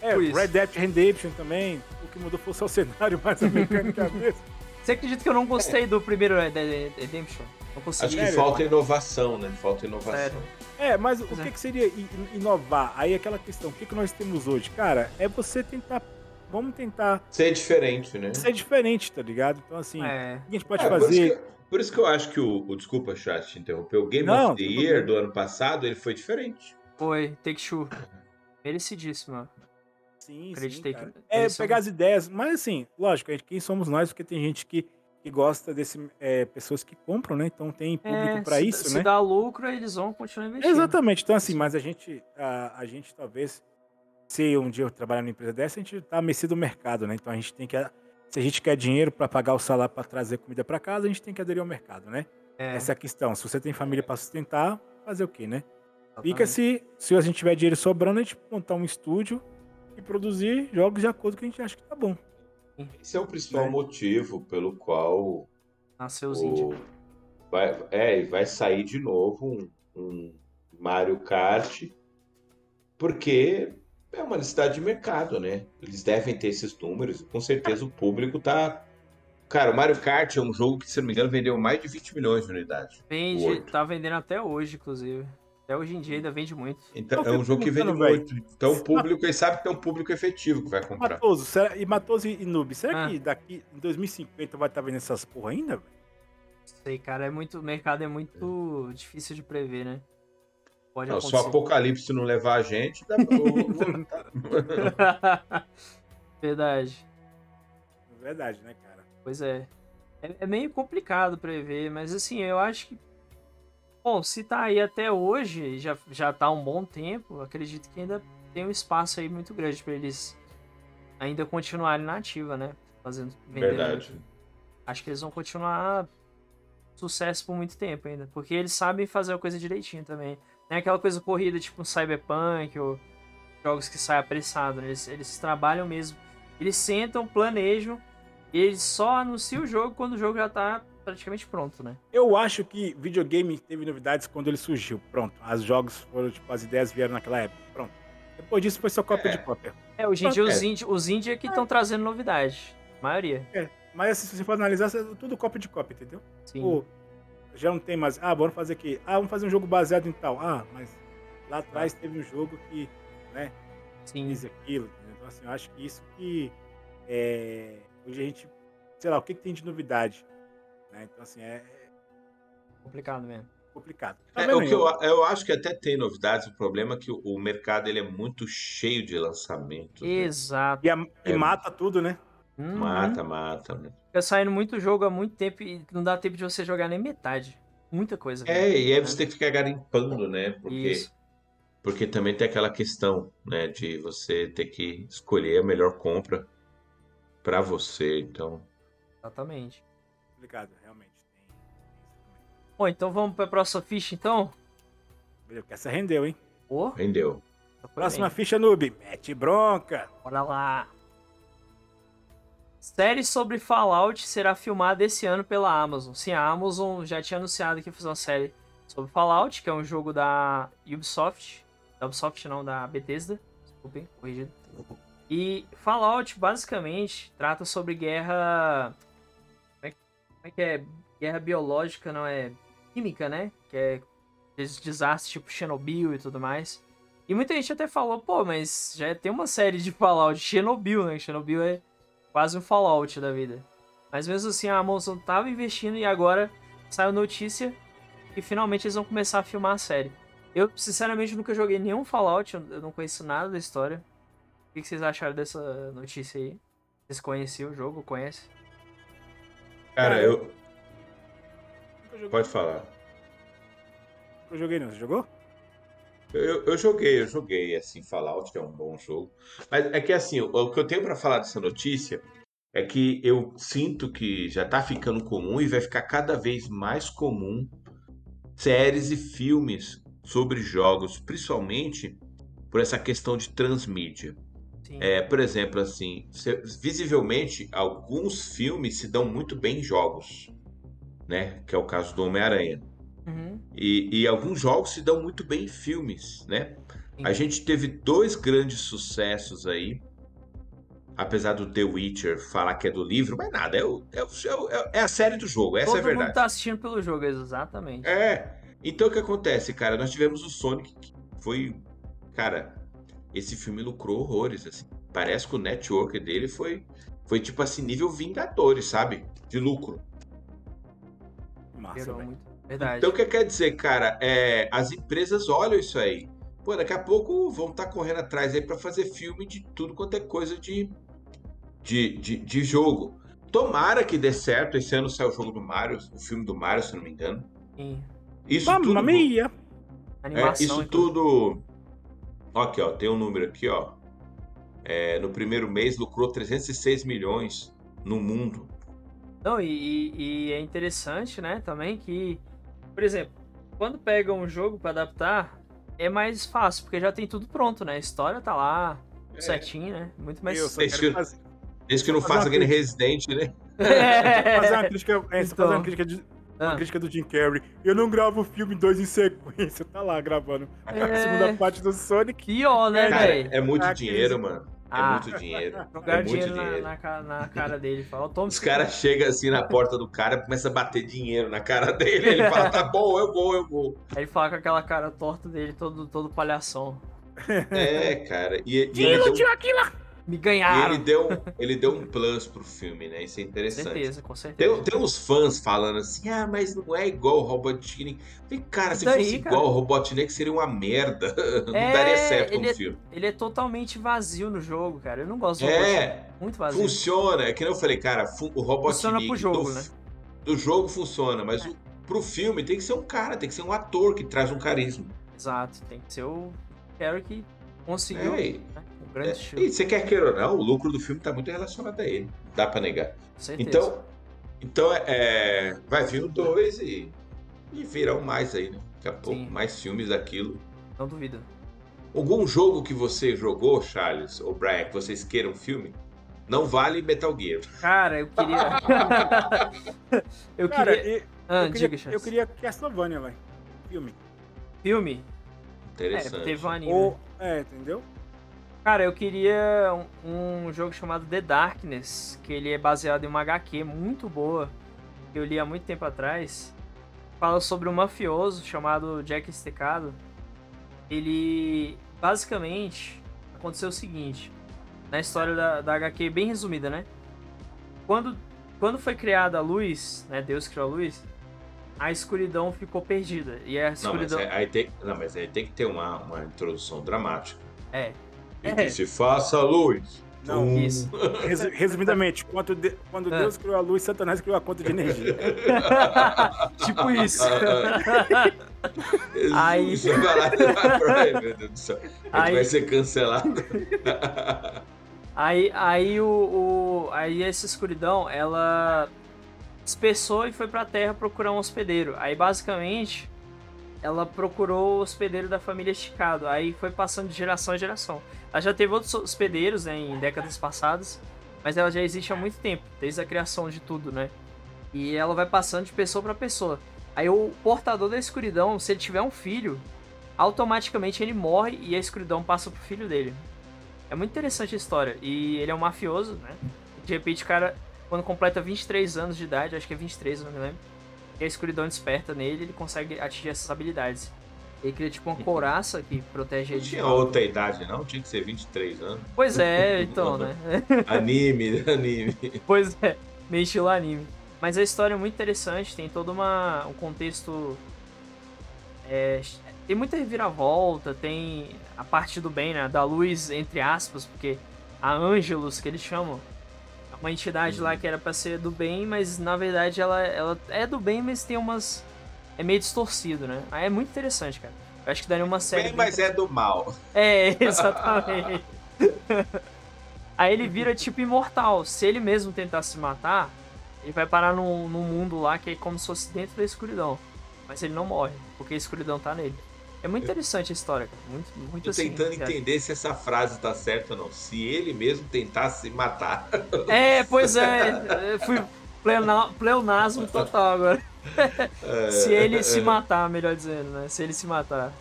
C: É,
A: Tipo isso.
C: Red Dead Redemption também. O que mudou foi só o cenário, mas a mecânica é a mesma.
A: Você acredita que eu não gostei do primeiro Red Dead Redemption? Não
B: Acho
A: consegui.
B: que
C: Sério?
B: falta inovação, né? Falta inovação.
C: É, mas o
A: Pois é.
C: que, que seria i- in- inovar? Aí é aquela questão, o que, que nós temos hoje? Cara, é você tentar. Vamos tentar
B: Ser diferente, né?
C: ser diferente, tá ligado? Então, assim, o
A: É.
C: que a gente pode
B: É, Por
C: fazer.
B: isso, que, por isso que eu acho que o, o- desculpa, chat, te interromper. O Game
C: Não,
B: of the
C: tudo
B: Year
C: bem.
B: do ano passado, ele foi diferente.
A: Foi, Take Two. Merecidíssimo.
C: Sim,
A: Acreditei
C: cara.
A: que
C: É,
A: eles são-
C: pegar as ideias. Mas, assim, lógico, a gente- quem somos nós? Porque tem gente que, que gosta desse. é, pessoas que compram, né? Então tem público pra
A: É, se,
C: isso,
A: se
C: né?
A: dá lucro, eles vão continuar investindo.
C: Exatamente. Então, assim, mas a gente, a, a gente talvez, se um dia eu trabalhar numa empresa dessa, a gente tá à mercê do mercado, né? Então a gente tem que. Se a gente quer dinheiro para pagar o salário para trazer comida para casa, a gente tem que aderir ao mercado, né?
A: É,
C: Essa é a questão. Se você tem família para sustentar, fazer o quê, né? Fica
A: exatamente.
C: se, se a gente tiver dinheiro sobrando, a gente montar um estúdio e produzir jogos de acordo com o que a gente acha que tá bom.
B: Esse é o principal
C: É.
B: motivo pelo qual
A: Nasceu os índios.
B: o, vai, é, e vai sair de novo um, um Mario Kart, porque é uma necessidade de mercado, né? Eles devem ter esses números, e com certeza o público tá. Cara, o Mario Kart é um jogo que, se não me engano, vendeu mais de 20 milhões de unidades.
A: Vende,
B: Oito.
A: tá vendendo até hoje, inclusive. Até hoje em dia ainda vende muito.
B: Então,
C: Eu
B: é um
C: fico
B: jogo que vende
C: perguntando,
B: muito. Então, o público, ele sabe que tem um público efetivo que vai comprar.
C: Matoso, será, e Matoso e Noob, será
A: Ah.
C: que daqui em 2050 vai estar vendo essas porra ainda? velho?
A: Sei, cara, é muito, o mercado é muito difícil de prever, né? Pode
B: Não, se o
A: acontecer.
B: apocalipse não levar a gente, dá pra... o-
A: Verdade.
C: Verdade, né, cara?
A: Pois é. é. é meio complicado prever, mas assim, eu acho que. Bom, se tá aí até hoje, já, já tá um bom tempo, acredito que ainda tem um espaço aí muito grande pra eles ainda continuarem na ativa, né? Fazendo vendendo
B: Verdade.
A: acho que eles vão continuar sucesso por muito tempo ainda. Porque eles sabem fazer a coisa direitinho também. Não é aquela coisa corrida, tipo um Cyberpunk ou jogos que saem apressado. né? Eles, eles trabalham mesmo. Eles sentam, planejam e eles só anunciam o jogo quando o jogo já tá praticamente pronto, né?
C: Eu acho que videogame teve novidades quando ele surgiu. Pronto. As jogos foram, tipo, as ideias vieram naquela época. Pronto. Depois disso foi só cópia de cópia.
A: É, hoje em dia os
B: É.
A: indie, os indie é que estão trazendo novidade. A maioria.
C: Mas assim, se você for analisar, é tudo cópia de cópia, entendeu?
A: Sim.
C: Pô, já não tem mais. Ah, vamos fazer aqui. Ah, vamos fazer um jogo baseado em tal. Ah, mas lá atrás teve um jogo que
A: sim.
B: é
C: fez aquilo. entendeu? Então, assim, eu acho que isso que. é, hoje a gente. Sei lá, o que, que tem de novidade? né? Então, assim, é
A: Complicado mesmo.
C: complicado. Tá
B: É,
C: vendo
B: o
C: aí,
B: que eu,
C: ó?
B: eu acho que até tem novidades, o problema é que o, o mercado ele é muito cheio de lançamentos. né?
A: Exato.
C: E, a- e
B: É.
C: mata tudo, né?
A: Uhum.
B: Mata, mata. né?
A: Fica saindo muito jogo há muito tempo e não dá tempo de você jogar nem metade. Muita coisa.
B: É, e aí você tem que ficar garimpando, né? Porque
A: Isso.
B: Porque também tem aquela questão, né, de você ter que escolher a melhor compra pra você. Então,
A: Exatamente.
C: Complicado, Tá realmente. Tem, tem isso também.
A: Bom, então vamos pra próxima ficha, então?
C: Beleza, porque essa rendeu, hein?
A: Ô,
B: rendeu.
A: tá por
C: Próxima
A: bem.
C: ficha, noob. Mete bronca.
A: Bora lá. Série sobre Fallout será filmada esse ano pela Amazon. Sim, a Amazon já tinha anunciado que ia fazer uma série sobre Fallout, que é um jogo da Ubisoft. Da Ubisoft não, da Bethesda. Desculpem, corrigido. E Fallout, basicamente, trata sobre guerra... Como é que- como é que é? Guerra biológica, não é? Química, né? Que é esses desastres tipo Chernobyl e tudo mais. E muita gente até falou, pô, mas já tem uma série de Fallout, Chernobyl, né? Chernobyl é quase um Fallout da vida. Mas mesmo assim, a Amazon tava investindo e agora saiu notícia que finalmente eles vão começar a filmar a série. Eu, sinceramente, nunca joguei nenhum Fallout, eu eu não conheço nada da história. O que que vocês acharam dessa notícia aí? Vocês conheciam o jogo? Conhece?
B: Cara, eu.
C: Nunca joguei,
B: Pode falar.
C: nunca joguei não. Você jogou?
B: Eu, eu joguei, eu joguei, assim, Fallout é um bom jogo. Mas é que, assim, o, o que eu tenho pra falar dessa notícia é que eu sinto que já tá ficando comum e vai ficar cada vez mais comum séries e filmes sobre jogos, principalmente por essa questão de transmídia.
A: Sim.
B: É, por exemplo, assim, você- visivelmente alguns filmes se dão muito bem em jogos, né? Que é o caso do Homem-Aranha.
A: Uhum.
B: E, e alguns jogos se dão muito bem em filmes, né?
A: Sim.
B: A gente teve dois grandes sucessos aí. Apesar do The Witcher falar que é do livro, mas nada, é, o- é o- é o- é a série do jogo, essa
A: Todo
B: é a verdade.
A: mundo tá assistindo pelo jogo, exatamente.
B: É. Então o que acontece, cara? Nós tivemos o Sonic, que foi. Cara, esse filme lucrou horrores, assim. Parece que o network dele foi. Foi tipo assim, nível Vingadores, sabe? De lucro.
C: Massa,
A: Gerou
C: velho.
A: muito. Verdade.
B: Então o que quer dizer, cara? É, as empresas olham isso aí. Pô, daqui a pouco vão estar correndo atrás aí pra fazer filme de tudo quanto é coisa de, de, de, de jogo. Tomara que dê certo. Esse ano sai o jogo do Mario, o filme do Mario, se não me engano.
A: Sim.
B: Isso tudo.
C: Mamma mia.
B: Então, É,
A: Animação.
B: isso
A: inclusive.
B: tudo. Ó, Aqui, ó, tem um número aqui, ó. É, no primeiro mês lucrou 306 milhões no mundo.
A: Não, e, e- e é interessante, né, também que, por exemplo, quando pega um jogo pra adaptar, é mais fácil, porque já tem tudo pronto, né? A história tá lá, certinho, né? Muito mais.
C: Eu só
B: Deixa
C: quero
B: É. eu-
C: fazer,
B: Desde que não
C: Fazer
B: faça
C: uma
B: aquele Resident, né?
C: fazer uma crítica, é, só
A: Então.
C: fazer uma crítica, de, uma
A: Ah.
C: crítica do Jim Carrey. Eu não gravo filme dois em sequência. Tá lá gravando a segunda
A: É...
C: parte do Sonic.
A: Pior, né,
B: Cara,
A: velho?
B: é muito
C: Ah,
B: dinheiro,
C: crise.
B: mano.
A: Ah.
B: É muito dinheiro.
A: Jogar
B: É muito
A: dinheiro, na-
B: dinheiro.
A: Na, ca- na cara dele. Fala, toma
B: Os caras chegam assim na porta do cara e começa a bater dinheiro na cara dele. Ele fala: tá bom, eu vou, eu vou.
A: Aí ele fala com aquela cara torta dele, todo, todo palhação.
B: É, cara. E, e ele, deu, um,
A: Me
B: e
A: ganharam!
B: ele, deu, ele deu um plus pro filme, né? Isso é
A: Com
B: interessante.
A: certeza, com certeza.
B: Tem, tem uns fãs falando assim, ah, mas não é igual o Robotnik. Falei, cara, se
A: Daí,
B: fosse
A: cara.
B: igual o Robotnik, seria uma merda. não
A: É,
B: daria certo
A: ele
B: no
A: é-
B: filme.
A: Ele é totalmente vazio no jogo, cara. Eu não gosto do Robotnik.
B: É,
A: Muito vazio.
B: funciona. É que nem eu falei, cara, fu- o Robotnik...
A: Funciona pro jogo,
B: do,
A: né? É.
B: Do jogo funciona, mas o- pro filme tem que ser um cara, tem que ser um ator que traz um carisma.
A: Exato, tem que ser o Harry que conseguiu
B: É, e-
A: né, um grande estilo,
B: e você quer queira ou não, o lucro do filme tá muito relacionado a ele. Dá pra negar.
A: com certeza.
B: Então, então é, é, vai vir o 2 e, e virão mais aí, né? Daqui a pouco,
A: Sim.
B: mais filmes daquilo.
A: não duvido.
B: Algum jogo que você jogou, Charles ou Brian, que vocês queiram um filme, não vale Metal Gear.
A: Cara, eu queria. eu
C: Cara,
A: queria.
C: e-
A: Ah,
C: eu, queria,
A: diga, Charles.
C: eu queria Castlevania, velho. Filme.
A: Filme? É,
B: Interessante.
A: teve um anime.
C: Ou, é, entendeu?
A: Cara, eu queria um, um jogo chamado The Darkness, que ele é baseado em uma HQ muito boa, que eu li há muito tempo atrás. Fala sobre um mafioso chamado Jack Estecado. Ele, basicamente, aconteceu o seguinte, na história da, da HQ, bem resumida, né? Quando, quando foi criada a luz, né, Deus criou a luz, a escuridão ficou perdida. E a
B: Não, mas
A: escuridão...
B: é- aí tem, não, mas aí tem que ter uma, uma introdução dramática.
A: É.
B: E
A: É.
B: que se faça a luz. Hum.
C: Não,
B: Tum.
A: Isso.
C: Resu- resumidamente, quando, de- quando
A: Ah.
C: Deus criou a luz, Satanás criou a conta de energia.
A: tipo isso. Aí-
B: Jesus, vai lá, Ai, meu Deus do céu. A gente
A: Aí-
B: vai ser cancelado.
A: Aí, aí o, o- aí essa escuridão, ela espessou e foi pra terra procurar um hospedeiro. Aí basicamente ela procurou o hospedeiro da família Esticado. Aí foi passando de geração em geração. Ela já teve outros hospedeiros né, em décadas passadas, mas ela já existe há muito tempo, desde a criação de tudo, né? E ela vai passando de pessoa pra pessoa. Aí o portador da escuridão, se ele tiver um filho, automaticamente ele morre e a escuridão passa pro filho dele. É muito interessante a história. E ele é um mafioso, né? De repente, o cara, quando completa 23 anos de idade, acho que é 23, eu não me lembro, e a escuridão desperta nele, ele consegue atingir essas habilidades. Ele cria tipo uma couraça que protege
B: Não
A: ele. de
B: tinha
A: mal.
B: outra idade, não? Tinha que ser 23 anos.
A: Pois é, então, né?
B: Anime, anime.
A: Pois é, meio estilo anime. Mas a história é muito interessante, tem todo uma, um contexto. é, tem muita reviravolta, tem a parte do bem, né? Da luz, entre aspas, porque a Angelus, que eles chamam, é uma entidade
B: Uhum.
A: lá que era pra ser do bem, mas na verdade ela, ela é do bem, mas tem umas. É meio distorcido, né? Aí é muito interessante, cara. Eu acho que daria uma série.
B: Bem,
A: bem
B: mas é do mal.
A: é, exatamente. Aí ele vira tipo imortal. Se ele mesmo tentar se matar, ele vai parar num, num mundo lá que é como se fosse dentro da escuridão. Mas ele não morre, porque a escuridão tá nele. É muito interessante a história, cara. Muito, muito
B: Tô
A: assim.
B: tentando
A: cara.
B: entender se essa frase tá certa ou não. Se ele mesmo tentar se matar.
A: É, pois é. Eu Fui plena- pleonasmo total agora.
B: É,
A: Se ele se matar, melhor dizendo, né? Se ele se matar.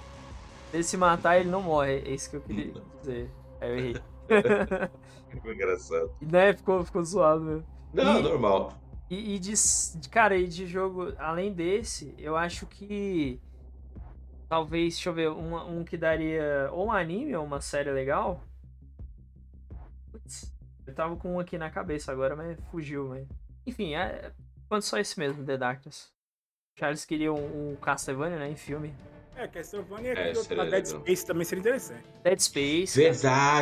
A: Se ele se matar, ele não morre. É isso que eu queria dizer. Aí eu errei.
B: Ficou é engraçado.
A: né? Ficou, ficou zoado mesmo.
B: Não,
A: E-
B: normal.
A: E, e de, s- de- cara, e de jogo, além desse, eu acho que. Talvez, deixa eu ver, uma- um, que daria. Ou um anime ou uma série legal. Putz, eu tava com um aqui na cabeça agora, mas fugiu, mas. Enfim, é, quando só esse mesmo, The Darkness. Charles queria um, um Castlevania, né? Em filme.
C: É,
B: É,
C: Castlevania é aquele
B: seria
C: é, Dead
B: legal.
C: Space também seria interessante.
A: Dead Space. cara.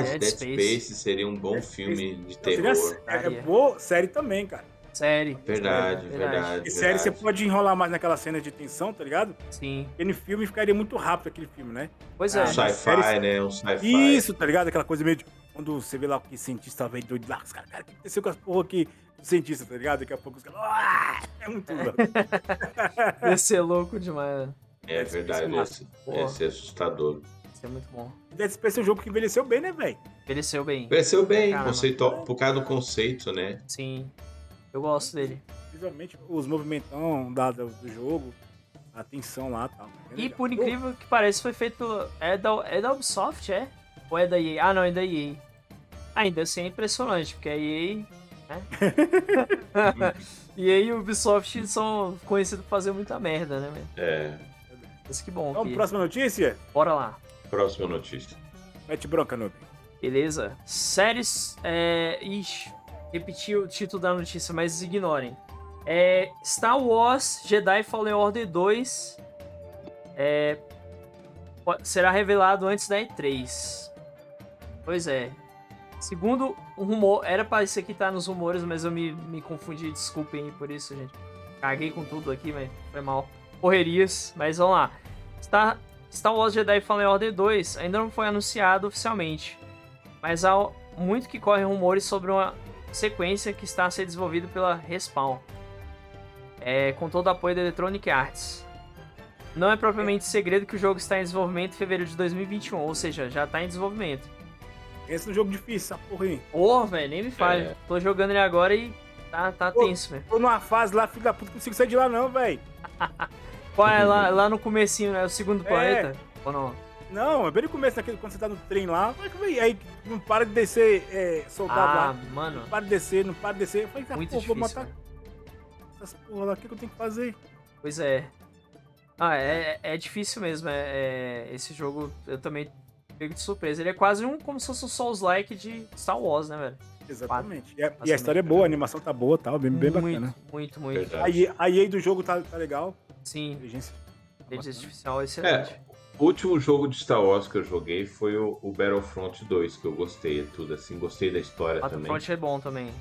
B: Verdade,
A: é Dead
B: Dead
A: Space.
B: Space. seria um bom
C: Dead Space.
B: filme de
C: Não, seria
B: terror.
C: série,
A: Ah, é.
C: é boa série também, cara.
A: Série.
B: Verdade,
A: Verdade.
B: verdade. É verdade.
C: E série você pode enrolar mais naquela cena de tensão, tá ligado?
A: Sim.
C: Porque no filme ficaria muito rápido aquele filme, né?
A: Pois
B: Um
A: é.
C: Ah, só-
B: sci-fi,
C: série-
B: né? Um sci-fi.
C: Isso, tá ligado? Aquela coisa meio de. Quando você vê lá o que cientista vem doido lá, os caras, cara, o que aconteceu com as porra aqui? do cientista, tá ligado? Daqui a pouco os caras. "Ah!" É muito louco.
A: Ia ser louco demais. né?
B: É
C: Dead Space
B: verdade,
C: mata.
B: esse,
A: Porra.
B: esse é assustador.
A: Ia ser muito bom.
C: Dead Space é um jogo que envelheceu bem, né, velho?
A: Envelheceu bem.
B: Pareceu bem,
A: Caramba.
B: conceitual, por causa do conceito, né?
A: Sim. Eu gosto dele.
C: Visualmente, os movimentão da, do, do jogo, a tensão lá e tal. É
A: E
C: legal.
A: por incrível que pareça, foi feito. pela- É da, é da Ubisoft, é? Ou é da EA? Ah, não, é da EA. Ainda assim é impressionante, porque a EA. Né? EA e Ubisoft são conhecidos por fazer muita merda, né? velho?
B: É.
A: Mas que bom.
C: Então,
A: que-
C: próxima notícia?
A: Bora lá.
B: Próxima notícia.
C: Mete bronca, noob.
A: Beleza? Séries. É... Ixi, repeti o título da notícia, mas ignorem. É Star Wars Jedi Fallen Order 2 é, po- será revelado antes da E3. Pois é. Segundo um rumor, era pra isso aqui estar nos rumores, mas eu me, me confundi, desculpem aí por isso, gente. Caguei com tudo aqui, mas foi mal. Correrias, mas vamos lá. Star, Star Wars Jedi Fallen Order 2 ainda não foi anunciado oficialmente, mas há muito que correm rumores sobre uma sequência que está a ser desenvolvida pela Respawn, é, com todo o apoio da Electronic Arts. Não é propriamente segredo que o jogo está em desenvolvimento em fevereiro de 2021, ou seja, já está em desenvolvimento.
C: Pensa num jogo difícil, essa porra aí.
A: Ô, velho, nem me fale.
B: É.
A: Tô jogando ele agora e tá, tá
C: Ô.
A: tenso, velho.
C: Tô numa fase lá, filho da puta, não consigo sair de lá, não, velho.
A: Qual é lá, lá no comecinho, né? O segundo planeta? Ou não?
C: Não, é bem no começo, naquele, quando você tá no trem lá. Como é que vem? Aí não para de descer é, soldado
A: Ah,
C: lá.
A: mano,
C: Não para de descer, não para de descer. Eu falei, tá,
A: muito
C: porra, vou
A: difícil.
C: matar
A: velho.
C: essas porra lá, o que, que eu tenho que fazer?
A: Pois é. Ah, é, é difícil mesmo. É, é- esse jogo eu também pego de surpresa. Ele é quase um como se fosse um Souls-like de Star Wars, né, velho?
C: Exatamente. E a, e
A: Basicamente,
C: a história é boa, a animação tá boa e tal, bem, bem bacana.
A: muito, muito, muito.
B: Verdade.
C: A EA a EA do jogo tá, tá legal.
A: Sim,
C: Inteligência.
A: inteligência
C: bacana.
A: artificial é excelente.
B: O último jogo de Star Wars que eu joguei foi o, o Battlefront 2, que eu gostei de tudo, assim, gostei da história também.
A: Battlefront é bom também.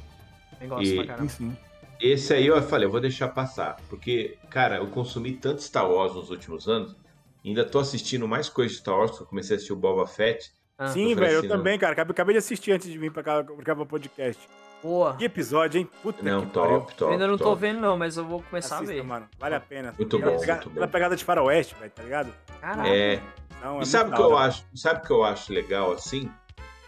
A: Eu gosto
B: E-
A: pra
C: Sim,
A: caramba.
C: sim.
B: Esse aí eu falei, eu vou deixar passar, porque, cara, eu consumi tanto Star Wars nos últimos anos Ainda tô assistindo mais coisas de Star Wars, que eu comecei a assistir o Boba Fett.
A: Ah,
C: Sim,
B: tô
C: velho, eu
B: oferecendo.
C: também, cara. Acabei, acabei de assistir antes de vir pra cá pra gravar o podcast.
A: Boa.
C: Que episódio, hein? Puta
B: Não,
C: que pariu.
B: top, top.
A: ainda não tô
B: top.
A: vendo, não, mas eu vou começar
C: Assista,
A: a ver.
C: mano. Vale a pena.
B: Muito
C: Aquela
B: bom,
C: pega-
B: muito bom.
C: aquela pegada de faroeste, velho, tá ligado?
A: Caraca.
B: É,
C: Não, é
B: E sabe o
C: muito
B: que
C: da
B: eu
C: hora.
B: acho? Sabe o que eu acho legal assim?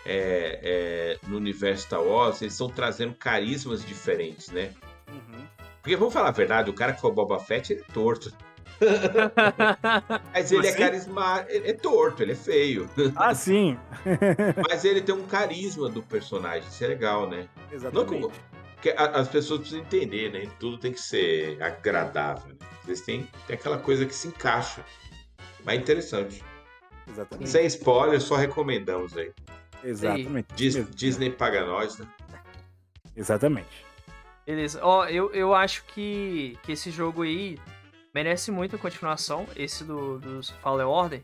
B: É, é, no universo Star Wars, eles estão trazendo carismas diferentes, né?
C: Uhum.
B: Porque vamos falar a verdade, o cara que foi o Boba Fett ele é torto. Mas ele é
C: Assim?
B: carismático, ele é torto, ele é feio.
C: Ah, sim.
B: Mas ele tem um carisma do personagem, isso é legal, né?
C: Exatamente.
B: Louco. Porque a- as pessoas precisam entender, né? Tudo tem que ser agradável. Né? Às vezes tem, tem aquela coisa que se encaixa. Mas é interessante.
C: Exatamente.
B: Sem spoiler, só recomendamos aí.
C: Exatamente.
B: Dis-
C: Mesmo.
B: Disney paga nós, né?
C: Exatamente.
A: Beleza. Ó, eu, eu acho que, que esse jogo aí merece muito a continuação, esse do, dos Fallen Order.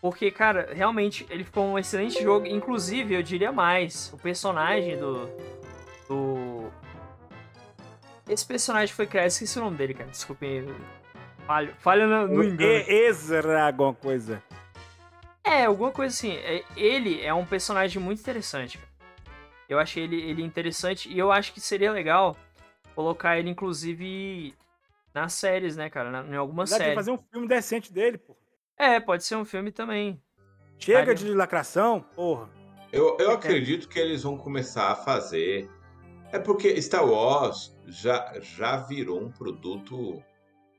A: Porque, cara, realmente ele ficou um excelente jogo. Inclusive, eu diria mais, o personagem do. do... Esse personagem foi criado, esqueci o nome dele, cara. Desculpem. Falha, falha no, no engano.
C: E- Ezra alguma coisa.
A: É, alguma coisa assim. É, Ele é um personagem muito interessante, cara. Eu achei ele, ele interessante e eu acho que seria legal colocar ele, inclusive, nas séries, né, cara? Na- em alguma
C: Dá de
A: série.
C: fazer um filme decente dele, pô.
A: É, pode ser um filme também.
C: Chega
A: Faria.
C: de lacração, porra.
B: Eu, eu acredito que eles vão começar a fazer. É porque Star Wars já, já virou um produto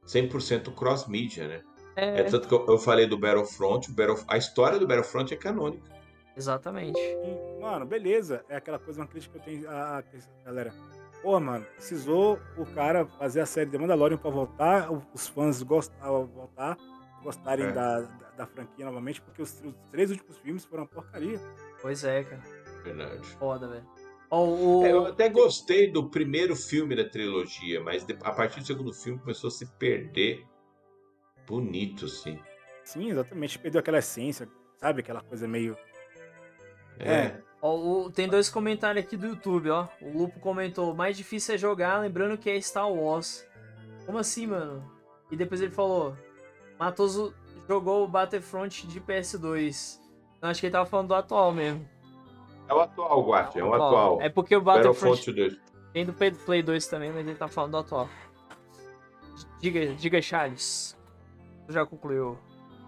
B: 100% cross-mídia, né?
A: É,
B: É tanto que eu, eu falei do Battlefront, o Battle- a história do Battlefront é canônica.
A: exatamente.
C: E, mano, beleza. É aquela coisa, uma crítica que eu tenho a galera. Pô, mano, precisou o cara fazer a série The Mandalorian pra voltar, o- os fãs gostavam voltar, gostarem
B: É.
C: da, da, da franquia novamente, porque os, os três últimos filmes foram uma porcaria.
A: Pois é, cara.
B: Verdade.
A: Foda, velho. Ó, o-
B: É, eu até gostei do primeiro filme da trilogia, mas de- a partir do segundo filme começou a se perder bonito, assim.
C: Sim, exatamente. Perdeu aquela essência, sabe? Aquela coisa meio. É.
A: Ó, o- tem dois comentários aqui do YouTube, ó. O Lupo comentou: mais difícil é jogar, lembrando que é Star Wars. Como assim, mano? E depois ele falou: Matoso jogou o Battlefront de PS2. Não, Então, acho que ele tava falando do atual mesmo.
B: É o atual, Guacha, é o atual.
A: É porque o Battlefront
B: Battlefront 2.
A: tem do Play- Play 2 também, mas ele tá falando do atual. Diga, diga Charles. Tu já concluiu.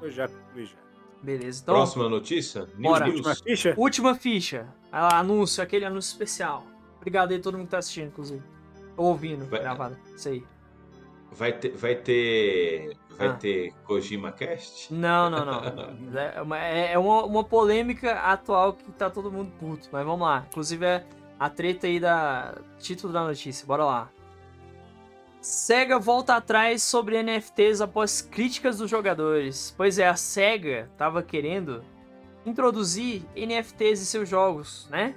C: Eu já concluí já.
A: Beleza. Então,
B: Próxima notícia? News,
A: Bora.
B: News.
C: Última ficha?
A: Última ficha. Ah, Anúncio, aquele anúncio especial. Obrigado aí a todo mundo que tá assistindo, inclusive. Ou ouvindo,
B: Vai-
A: gravado. Isso aí.
B: Vai ter, vai ter, vai
A: Ah.
B: ter Kojima Cast?
A: Não, não, não. É uma, é uma, uma polêmica atual que tá todo mundo puto, mas vamos lá. Inclusive é a treta aí da. Título da notícia, bora lá. SEGA volta atrás sobre NFTs após críticas dos jogadores. Pois é, a SEGA tava querendo introduzir NFTs em seus jogos, né?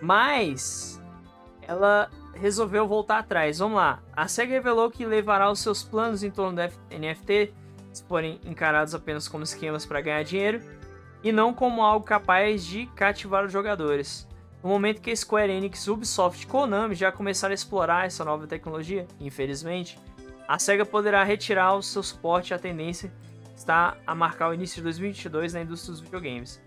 A: Mas ela resolveu voltar atrás. Vamos lá. A SEGA revelou que levará os seus planos em torno da F- NFT se forem encarados apenas como esquemas para ganhar dinheiro e não como algo capaz de cativar os jogadores. No momento que a Square Enix, Ubisoft e Konami já começaram a explorar essa nova tecnologia, infelizmente, a SEGA poderá retirar o seu suporte à tendência que está a marcar o início de 2022 na indústria dos videogames.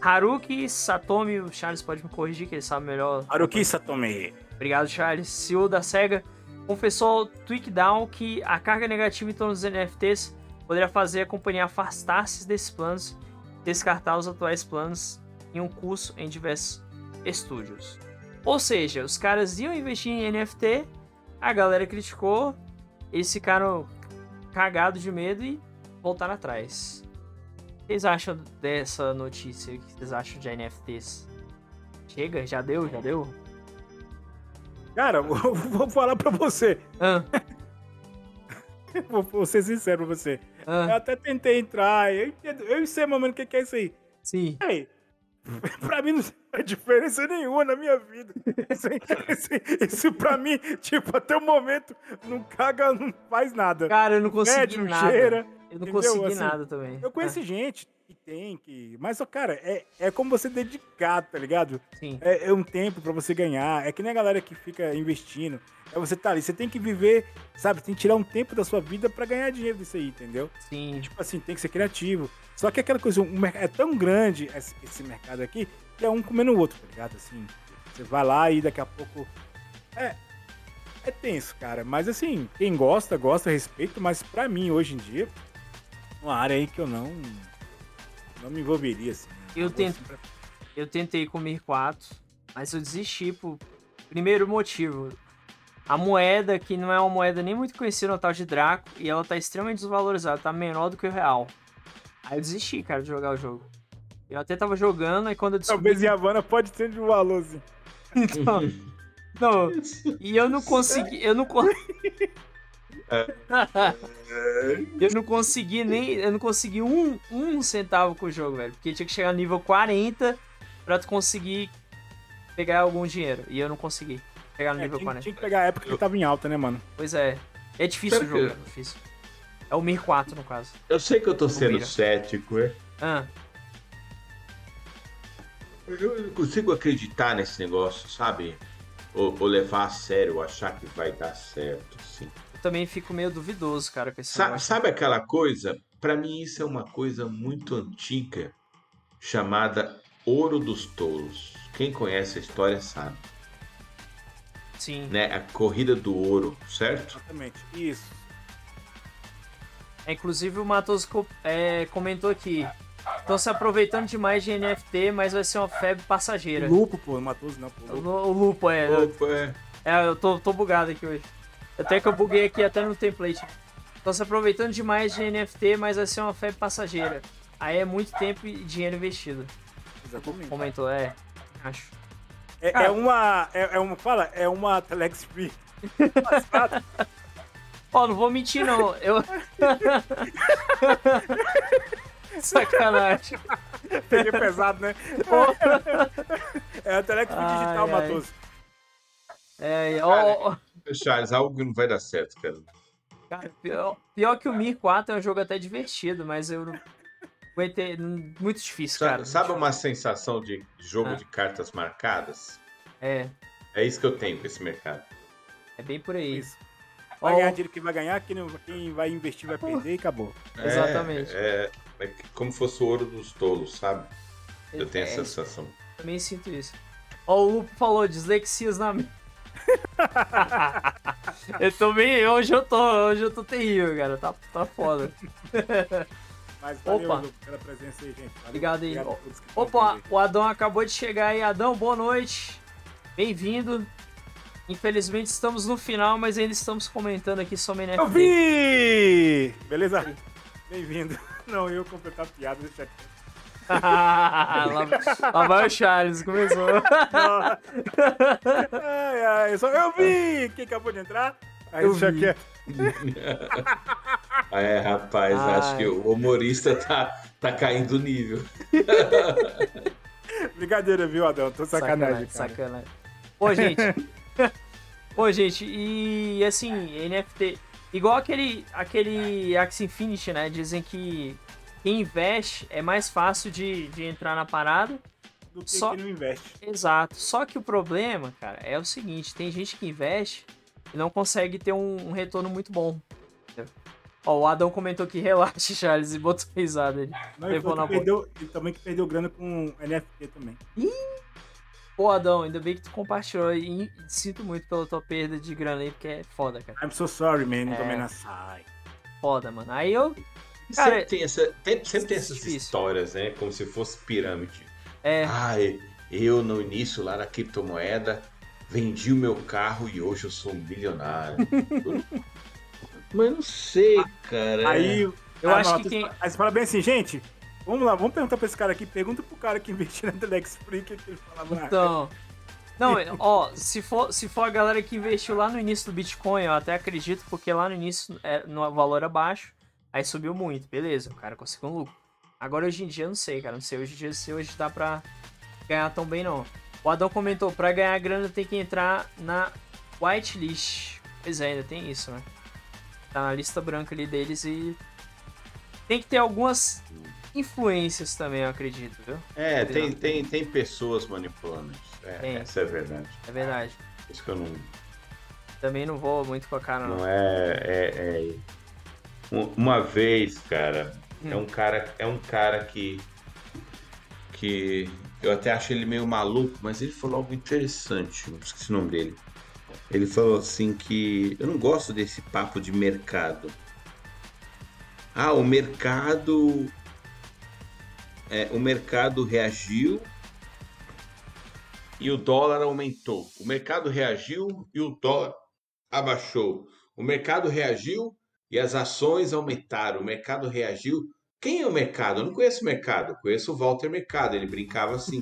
A: Haruki Satomi, o Charles pode me corrigir que ele sabe melhor.
C: Haruki Satome.
A: Obrigado, Charles. CEO da SEGA confessou ao Tweakdown que a carga negativa em torno dos NFTs poderia fazer a companhia afastar-se desses planos e descartar os atuais planos em um curso em diversos estúdios. Ou seja, os caras iam investir em NFT, a galera criticou, eles ficaram cagados de medo e voltaram atrás. O que vocês acham dessa notícia? O que vocês acham de NFTs? Chega? Já deu? Já deu?
C: Cara, eu vou falar pra você.
A: Ah,
C: Vou, vou ser sincero pra você.
A: ah.
C: Eu até tentei entrar, eu entendo, eu sei, mano, o que, que é isso aí.
A: Sim.
C: Aí, pra mim não faz diferença nenhuma na minha vida. Isso, aí- isso, aí- isso pra mim, tipo, até o momento, não caga, não faz nada.
A: Cara, eu não consegui
C: Fede, não
A: nada.
C: um, cheira.
A: eu não
C: entendeu?
A: consegui
C: Assim,
A: nada também.
C: Eu conheci gente que tem, que. Mas, ó, cara, é, é como você dedicar, tá ligado?
A: Sim.
C: É, é um tempo pra você ganhar. É que nem a galera que fica investindo. É você tá ali, você tem que viver, sabe? Tem que tirar um tempo da sua vida pra ganhar dinheiro disso aí, entendeu?
A: Sim.
C: Tipo assim, tem que ser criativo. Só que aquela coisa, um mer- é tão grande esse, esse mercado aqui, que é um comendo o outro, tá ligado? Assim, você vai lá e daqui a pouco. É. É tenso, cara. Mas assim, quem gosta, gosta, respeito. Mas pra mim, hoje em dia, uma área aí que eu não. Não me envolveria, assim.
A: Eu
C: Algo assim
A: tento-
C: pra-
A: Eu tentei comer quatro, mas eu desisti por primeiro motivo. A moeda, que não é uma moeda nem muito conhecida, é o tal de Draco, e ela tá extremamente desvalorizada, tá menor do que o real. Aí eu desisti, cara, de jogar o jogo. Eu até tava jogando, aí quando eu descobri.
C: Talvez em Havana pode ser de um valor, assim.
A: Então, não, e eu não consegui. Eu não, con- eu não consegui nem. Eu não consegui um, um centavo com o jogo, velho. Porque tinha que chegar no nível 40 pra tu conseguir pegar algum dinheiro. E eu não consegui pegar no
C: É,
A: nível
C: tinha,
A: 40.
C: tinha que pegar a época que tava em alta, né, mano?
A: Pois é. É difícil o
B: Pera
A: jogo,
B: que-
A: velho. é Difícil. É o Mir 4, no caso.
B: Eu sei que eu tô sendo
A: Vira.
B: cético, é.
A: Ah,
B: Eu não consigo acreditar nesse negócio, sabe? Ou, ou levar a sério, ou achar que vai dar certo, assim.
A: eu também fico meio duvidoso, cara, com esse
B: Sa-
A: negócio.
B: sabe aquela coisa? Pra mim isso é uma coisa muito antiga chamada Ouro dos Touros. Quem conhece a história sabe,
A: Sim.
B: né? A corrida do ouro, certo?
C: Exatamente. Isso.
A: É, Inclusive o Matoso co- é, comentou aqui. Estão se aproveitando demais de NFT, mas vai ser uma febre passageira.
C: Lupo, pô, Matoso não, pô.
A: O, lu- o Lupo, é. Eu,
B: Opa, é.
A: é, eu tô, tô bugado aqui hoje. Até que eu buguei aqui até no template. Estão se aproveitando demais de NFT, mas vai ser uma febre passageira. Aí é muito tempo e dinheiro investido.
C: Exatamente.
A: Comentou, é. Acho.
C: É, é
A: Cara.
C: uma. É, é uma. Fala, é uma Telex Free.
A: Ó, não vou mentir não. Eu. Sacanagem.
C: Peguei pesado, né? é a Telex Free
A: Ai,
C: digital,
A: ai.
C: Matoso.
A: É, ó, ó,
B: Charles, algo que não vai dar certo, cara.
A: Cara,
B: Então
A: pior, pior que o Mir 4 é um jogo até divertido, mas eu não aguentei. não- Muito difícil, cara.
B: Sabe, sabe uma sensação de jogo
A: Ah.
B: de cartas marcadas?
A: É,
B: É isso que eu tenho com esse mercado.
A: é bem por aí.
C: Isso. Vai
A: Ó, é,
C: ganhar dinheiro que vai ganhar, quem, não- quem vai investir vai perder e acabou.
B: É,
A: Exatamente.
B: É, é como se fosse o ouro dos tolos, sabe? Eu tenho
A: é,
B: essa sensação.
A: eu também sinto isso. Ó, o Lupo falou, dislexias na minha. eu tô bem. Hoje eu tô. Hoje eu tô terrível, cara. Tá, tá foda.
C: Mas valeu,
A: Opa.
C: Lu, pela presença aí, gente. Valeu,
A: Obrigado aí.
C: a todos que estão
A: Opa,
C: ouvindo aí.
A: o Adão acabou de chegar aí. Adão, boa noite. Bem-vindo. Infelizmente estamos no final, mas ainda estamos comentando aqui sobre NFT.
C: Eu vi! Beleza? Bem-vindo. Não, eu completar a piada, deixa aqui.
A: lá, lá vai o Charles, começou.
C: Ai, ai, só eu vi! Quem acabou de entrar? Aí
A: Eu
C: deixa
A: vi.
C: quieto.
B: É, rapaz,
A: Ai.
B: acho que o humorista tá, tá caindo o nível.
C: Brincadeira, viu, Adão? Tô de sacanagem, cara.
A: Sacanagem. Pô, gente. Pô, gente, e assim, NFT. Igual aquele, aquele Axie Infinity, né? Dizem que quem investe é mais fácil de, de entrar na parada.
C: Do que
A: Só-
C: quem não investe.
A: Exato. Só que o problema, cara, é o seguinte: tem gente que investe e não consegue ter um, um retorno muito bom. entendeu? Ó, o Adão comentou que relaxe, Charles, e botou risada ali.
C: Não,
A: Levou
C: e,
A: na
C: foi que perdeu, e também que perdeu grana com NFT também.
A: Pô, Adão, ainda bem que tu compartilhou e sinto muito pela tua perda de grana aí, porque é foda, cara.
C: I'm so sorry, man.
A: É.
C: Não tomei na sai.
A: Foda, mano. Aí eu. Cara, é
B: Sempre tem, essa, tem- sempre tem essas
A: difícil.
B: histórias, né? Como se fosse pirâmide.
A: É.
B: Ai, eu no início lá na criptomoeda vendi o meu carro e hoje eu sou um bilionário. Mas eu não sei, cara. é.
C: Aí,
A: É. Eu
C: ah,
A: acho
C: não,
A: que
C: tu-
A: quem.
C: Aí você fala bem assim, gente, vamos lá, vamos perguntar pra esse cara aqui. Pergunta pro cara que investiu na Telex Free o que que ele falava. na-
A: Então. Não, ó, se for, se for a galera que investiu lá no início do Bitcoin, eu até acredito, porque lá no início é, no valor era baixo, aí subiu muito, beleza, o cara conseguiu um lucro. Agora hoje em dia eu não sei, cara, não sei hoje em dia se hoje dá pra ganhar tão bem não. O Adão comentou, pra ganhar grana tem que entrar na whitelist. Pois é, ainda tem isso, né? Tá na lista branca ali deles e tem que ter algumas influências também, eu acredito, viu?
B: É, tem, tem, tem pessoas manipulando isso. É,
A: Tem.
B: Essa é a verdade.
A: É verdade.
B: Por isso que eu não.
A: Também não vou muito com a cara, não.
B: Não é. é- é- Um- Uma vez, cara, é um cara, é um cara que. que eu até acho ele meio maluco, mas ele falou algo interessante, eu esqueci o nome dele. Ele falou assim que eu não gosto desse papo de mercado. Ah, o mercado. é, o mercado reagiu e o dólar aumentou. O mercado reagiu e o dólar abaixou. O mercado reagiu e as ações aumentaram. O mercado reagiu. Quem é o mercado? Eu não conheço o mercado. Eu conheço o Walter Mercado. Ele brincava assim.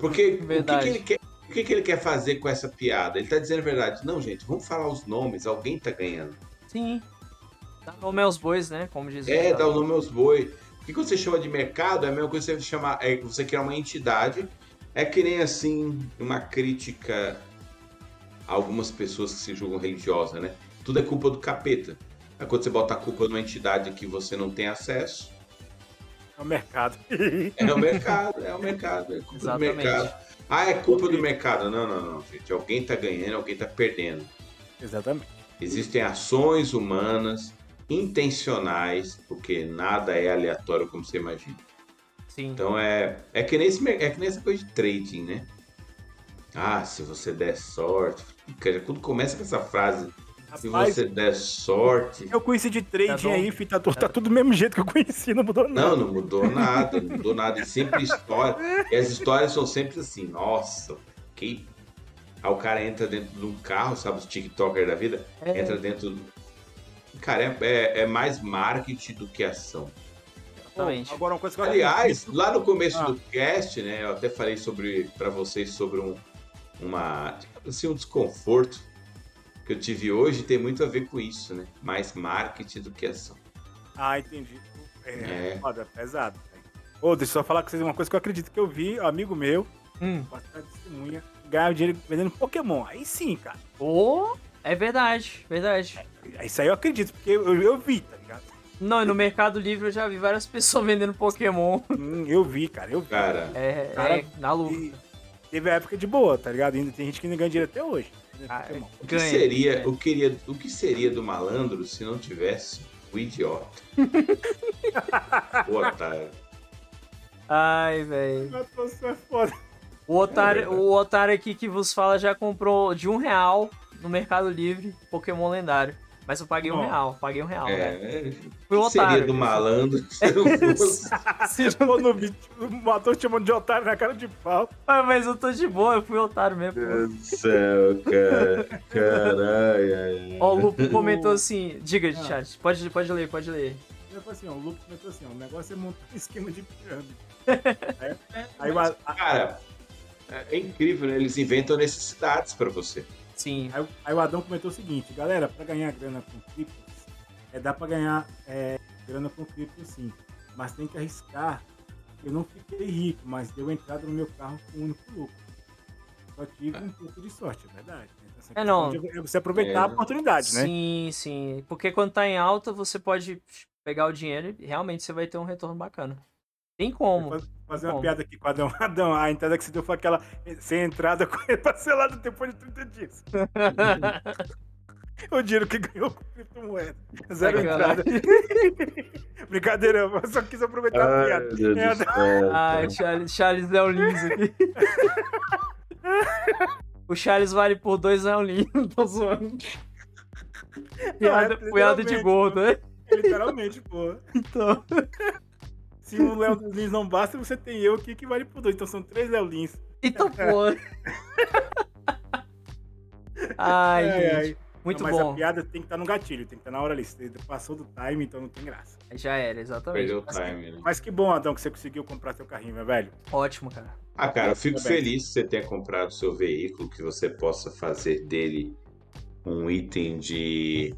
B: Porque o que que,
A: Verdade.
B: ele quer, o que, que ele quer fazer com essa piada? Ele está dizendo a verdade. Não, gente, vamos falar os nomes. Alguém está ganhando.
A: Sim. Dá nome aos bois, né? Como diz
B: É,
A: ditado.
B: dá o nome aos boi. Porque quando você chama de mercado, é a mesma coisa que você chamar, é que você criar uma entidade. É que nem assim, uma crítica a algumas pessoas que se julgam religiosas, né? Tudo é culpa do capeta. Aí quando você bota a culpa numa entidade que você não tem acesso,
C: É o mercado.
B: é o mercado, é o mercado, é culpa
A: Exatamente.
B: do mercado. Ah, é culpa do mercado. Não, não, não, gente. Alguém tá ganhando, alguém tá perdendo.
C: Exatamente.
B: Existem ações humanas intencionais, porque nada é aleatório como você imagina.
A: Sim.
B: Então é, é, que nem esse mer- é que nem essa coisa de trading, né? Ah, se você der sorte. Cara, quando começa com essa frase, se
C: Rapaz,
B: você der sorte.
C: eu conheci de trading
A: Tá bom.
C: aí, filho, tá, tu- tá tudo do mesmo jeito que eu conheci, não mudou nada.
B: Não, não mudou nada, não mudou nada. É sempre história. E as histórias são sempre assim, nossa, que. Aí o cara entra dentro de um carro, sabe, os TikToker da vida,
A: É.
B: entra dentro. do- Cara, é, é- é mais marketing do que ação.
A: Exatamente.
C: Agora uma coisa que eu
B: Aliás, lá no começo
C: Ah.
B: do cast, né, eu até falei sobre para vocês sobre um uma assim um desconforto que eu tive hoje tem muito a ver com isso, né? Mais marketing do que ação.
C: Ah, entendi. É,
B: É.
C: foda, pesado. velho. Ô, deixa eu só falar com vocês uma coisa que eu acredito que eu vi, um amigo meu,
A: Hum.
C: posso dar testemunha, ganhar dinheiro vendendo Pokémon. Aí sim, cara.
A: Ô, é verdade, verdade.
C: Isso aí eu acredito, porque eu, eu vi, tá ligado?
A: Não, e no Mercado Livre eu já vi várias pessoas vendendo Pokémon.
C: Hum, eu vi, cara, eu vi.
B: Cara,
A: É,
C: Cara,
A: é na luta.
C: E teve a época de boa, tá ligado? Ainda tem gente que não ganha dinheiro até hoje. vendendo
A: Ah,
C: Pokémon.
B: o que
A: ganha,
B: seria,
A: ganha.
B: o que seria, o que seria do malandro se não tivesse o idiota? o otário.
A: Ai, velho.
C: Mas você é foda.
A: O otário,
B: É verdade.
A: o otário aqui que vos fala já comprou de um real no Mercado Livre Pokémon lendário. Mas eu paguei um
C: Ó.
A: real, paguei um real, velho.
B: É,
A: Fui um
B: o que seria
A: otário.
B: do malandro se não fosse?
C: Você falou no vídeo, o matou te chamando de otário na cara de pau.
A: Ah, Mas eu tô de boa, eu fui otário mesmo.
C: É.
A: pô.
B: Meu Deus do céu, cara. Caralho. ai, ai.
A: Ó, o Lupo comentou assim,
C: Ah.
A: diga, chat, pode, pode ler, pode ler.
C: Eu falei assim, ó, o Lucas comentou assim, ó, o negócio é montar um esquema de pirâmide. aí aí o a-
B: Cara, é- é incrível, né? Eles inventam necessidades pra você.
A: Sim,
C: Aí, aí o Adão comentou o seguinte, galera, pra ganhar grana com criptos, é, dá pra ganhar é, grana com cripto sim, mas tem que arriscar. Eu não fiquei rico, mas deu entrada no meu carro com um único lucro. Só tive um pouco de sorte, é verdade. né? Essa
A: É, não.
C: questão de você aproveitar a
B: É.
C: oportunidade, né?
A: sim, sim. Porque quando tá em alta, você pode pegar o dinheiro e realmente você vai ter um retorno bacana. Tem como.
C: Faz- Fazer uma
A: Bom.
C: piada aqui com o Adão. Adão, a entrada que você deu foi aquela eh, sem entrada com ele parcelado depois de 30 dias. o dinheiro que ganhou com criptomoeda. Zero
A: Sacanagem.
C: entrada. Brincadeira, eu só quis aproveitar
B: Ah,
C: a piada. É, Adão,
A: Ai, Charles, Charles Ah, é o Lins aqui. o Charles vale por dois é o Lins, tô zoando. Piada,
C: Ah, literalmente,
A: piada de gordo, né?
C: literalmente, pô.
A: Então.
C: Se o Léo dos Lins não basta, você tem eu aqui que vale por dois. Então são três Léo Lins.
A: Então,
C: É.
A: pô. Ai,
C: Ai, É, ai.
A: gente. Muito
C: Não, mas a
A: bom.
C: piada tem que estar no gatilho, tem que estar na hora ali. Você Passou do time, então não tem graça.
A: Já era, exatamente.
B: Perdeu o time, né?
C: Mas que bom, Adão, que você conseguiu comprar seu carrinho, meu velho.
A: Ótimo, cara.
B: Ah, cara, eu fico
C: Parabéns.
B: feliz que você tenha comprado seu veículo, que você possa fazer dele um item de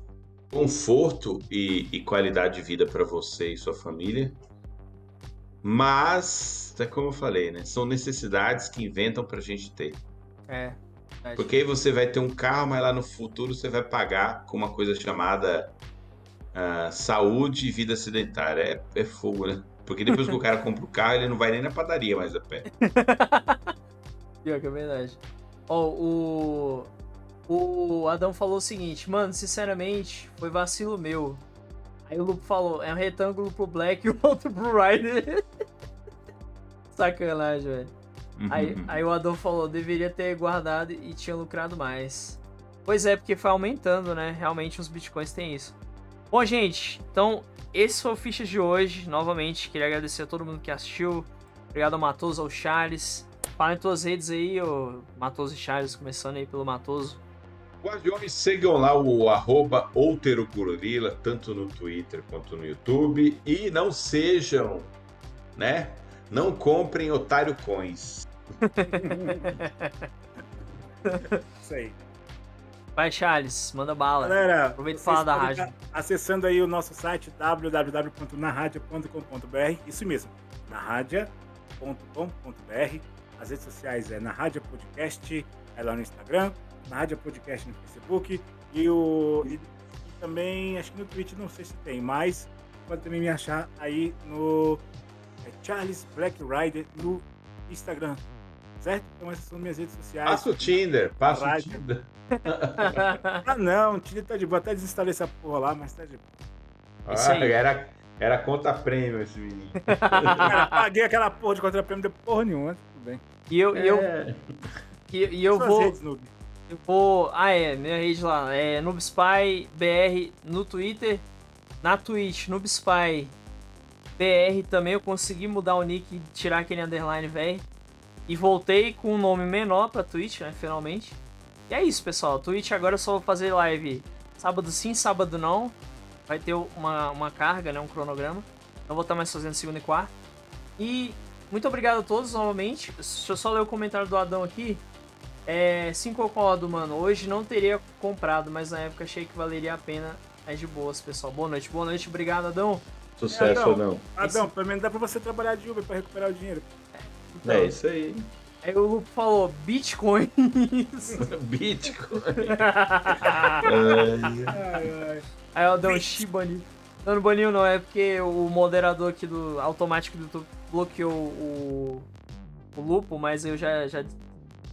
B: conforto e, e qualidade de vida para você e sua família. Mas, é como eu falei, né? São necessidades que inventam pra gente ter.
A: É. verdade.
B: Porque aí você vai ter um carro, mas lá no futuro você vai pagar com uma coisa chamada ah, saúde e vida sedentária. É, é fogo, né? Porque depois que o cara compra o carro, ele não vai nem na padaria mais a pé.
A: Pior que é verdade. Ó, o. O Adão falou o seguinte, mano, sinceramente, foi vacilo meu. Aí o Lupo falou, é um retângulo pro Black e o outro pro Ryder. Sacanagem, velho. Aí,
B: Uhum.
A: aí o Adão falou, deveria ter guardado e tinha lucrado mais. Pois é, porque foi aumentando, né? Realmente os bitcoins têm isso. Bom, gente, então esse foi o Fichas de hoje. Novamente, queria agradecer a todo mundo que assistiu. Obrigado ao Matoso, ao Charles. Fala em tuas redes aí, ô Matoso e Charles, começando aí pelo Matoso.
B: Guardiões, sigam lá o arroba outerogorila, tanto no Twitter quanto no YouTube. E não sejam, né? Não comprem otário coins.
C: Isso aí.
A: Vai, Charles, manda bala.
C: Galera,
A: aproveita e
C: vocês
A: fala da
C: podem
A: rádio.
C: estar Acessando aí o nosso site www.narradia.com.br, isso mesmo, narradia.com.br. As redes sociais é Narradia Podcast, é lá no Instagram, Narradia Podcast no Facebook e o e, e também acho que no Twitch não sei se tem, mas pode também me achar aí no é, Charles Black Rider no Instagram. Certo? Então essas são minhas redes sociais.
B: Passa o Tinder, passa o
C: Rádio.
B: Tinder.
C: Ah não, o Tinder tá de boa. Até desinstalei essa porra lá, mas tá de boa.
A: Isso
B: Ah,
A: aí.
B: era, era conta prêmio esse menino.
C: Cara, paguei aquela porra de contraprêmio, não deu porra nenhuma, tudo bem.
A: e eu, e eu,
B: É.
A: e, e eu
C: Suas
A: vou.
C: redes, Noob.
A: Eu vou. Ah, é, minha rede lá. É NoobSpy BR no Twitter. Na Twitch, NoobSpy BR também. Eu consegui mudar o nick e tirar aquele underline, velho. E voltei com um nome menor pra Twitch, né? Finalmente. E é isso, pessoal. Twitch agora eu só vou fazer live sábado sim, sábado não. Vai ter uma, uma carga, né? Um cronograma. Não vou estar mais fazendo segunda e quarta. E muito obrigado a todos novamente. Deixa eu só ler o comentário do Adão aqui. É, 5 eu concordo, mano. Hoje não teria comprado, mas na época achei que valeria a pena. É de boas, pessoal. Boa noite, boa noite. Obrigado, Adão.
B: Sucesso
C: Não,
B: ou não?
C: Adão, pelo menos dá pra você trabalhar de Uber pra recuperar o dinheiro.
B: É isso aí.
A: Aí o Lupo falou, Bitcoin.
B: Bitcoin.
A: Ah,
C: Ai, ai.
A: Aí o Adão, xi, baniu. Não, não baniu não, é porque o moderador aqui do automático do YouTube bloqueou o, o Lupo, mas eu já, já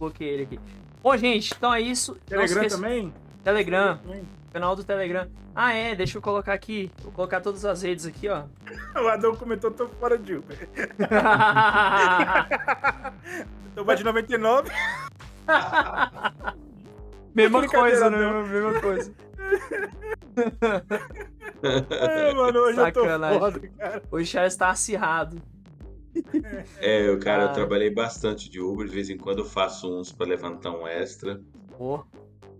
A: bloqueei ele aqui. Bom, gente, então é isso. Não
C: Telegram
A: esqueça-
C: também?
A: Telegram,
C: Também.
A: canal do Telegram. Ah, é, deixa eu colocar aqui. Vou colocar todas as redes aqui, ó.
C: O Adão comentou, tô fora de Uber. Então vai de 99.
A: mesma
C: Brincadeira,
A: coisa, né? Mesma coisa.
C: Ai, Ah, mano, hoje
A: Sacanagem.
C: eu tô foda, cara.
A: Hoje já está acirrado.
B: É, eu, cara,
A: Ah.
B: eu trabalhei bastante de Uber, de vez em quando eu faço uns pra levantar um extra.
A: Pô,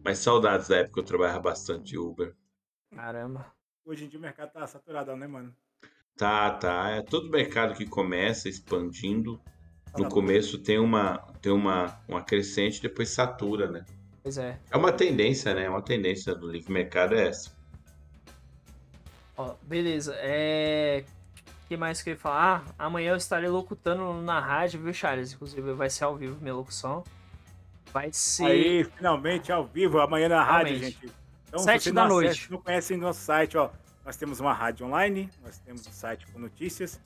B: Mas saudades da época que eu trabalhava bastante de Uber.
A: caramba.
C: Hoje em dia o mercado tá saturadão, né, mano?
B: Tá, tá. É todo mercado que começa expandindo. No
C: Tá
B: começo tem uma, tem uma, uma crescente, depois satura, né?
A: Pois é.
B: É uma tendência, né? É uma tendência do livre mercado é essa.
A: Ó, beleza. É. O que mais que eu ia falar? Ah, amanhã eu estarei locutando na rádio, viu, Charles? Inclusive, vai ser ao vivo minha locução. Vai ser.
C: Aí, finalmente, ao vivo, amanhã na rádio,
A: Finalmente.
C: gente. Então,
A: Sete
C: se você
A: da
C: não
A: noite.
C: acessa, não conhecem nosso site, ó. Nós temos uma rádio online, nós temos um site com notícias,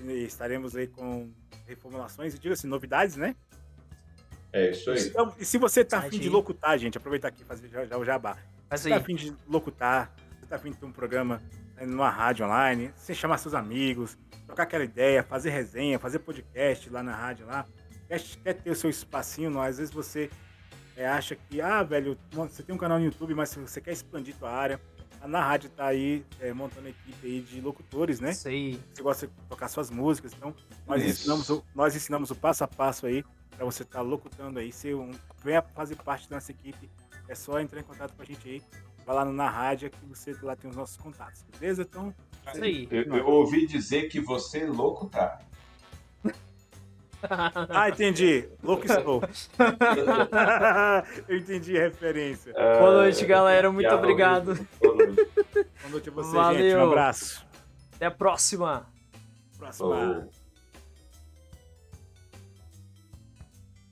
C: e estaremos aí com reformulações e, diga assim, novidades, né?
B: É isso
C: Então, e se você tá
A: Site
C: afim de
A: aí.
C: locutar, gente, aproveitar aqui e fazer já, já o jabá.
A: Mas
C: Você
A: aí.
C: tá afim de locutar, você tá afim de ter um programa né, numa rádio online, você chamar seus amigos, trocar aquela ideia, fazer resenha, fazer podcast lá na rádio lá. Quer, quer ter o seu espacinho, não? às vezes você é, acha que, ah, velho, você tem um canal no YouTube, mas você quer expandir sua área. A Na rádio tá aí é, montando a equipe aí de locutores, né?
A: Isso aí.
C: você gosta de tocar suas músicas. Então, nós,
B: Isso.
C: ensinamos o, nós ensinamos o passo a passo aí para você estar locutando aí. Se um, venha fazer parte da nossa equipe, é só entrar em contato com a gente aí. Vai lá no na rádio que você lá tem os nossos contatos, beleza? Então,
A: Isso aí.
B: ouvi dizer que você é louco, tá?
C: ah, entendi. Louco estou. Eu entendi a referência.
A: Boa
C: Ah,
A: noite, galera. Muito obrigado.
C: Boa noite a você, gente.
A: Valeu.
C: Um abraço.
A: Até a próxima.
C: Próxima.
B: Falou.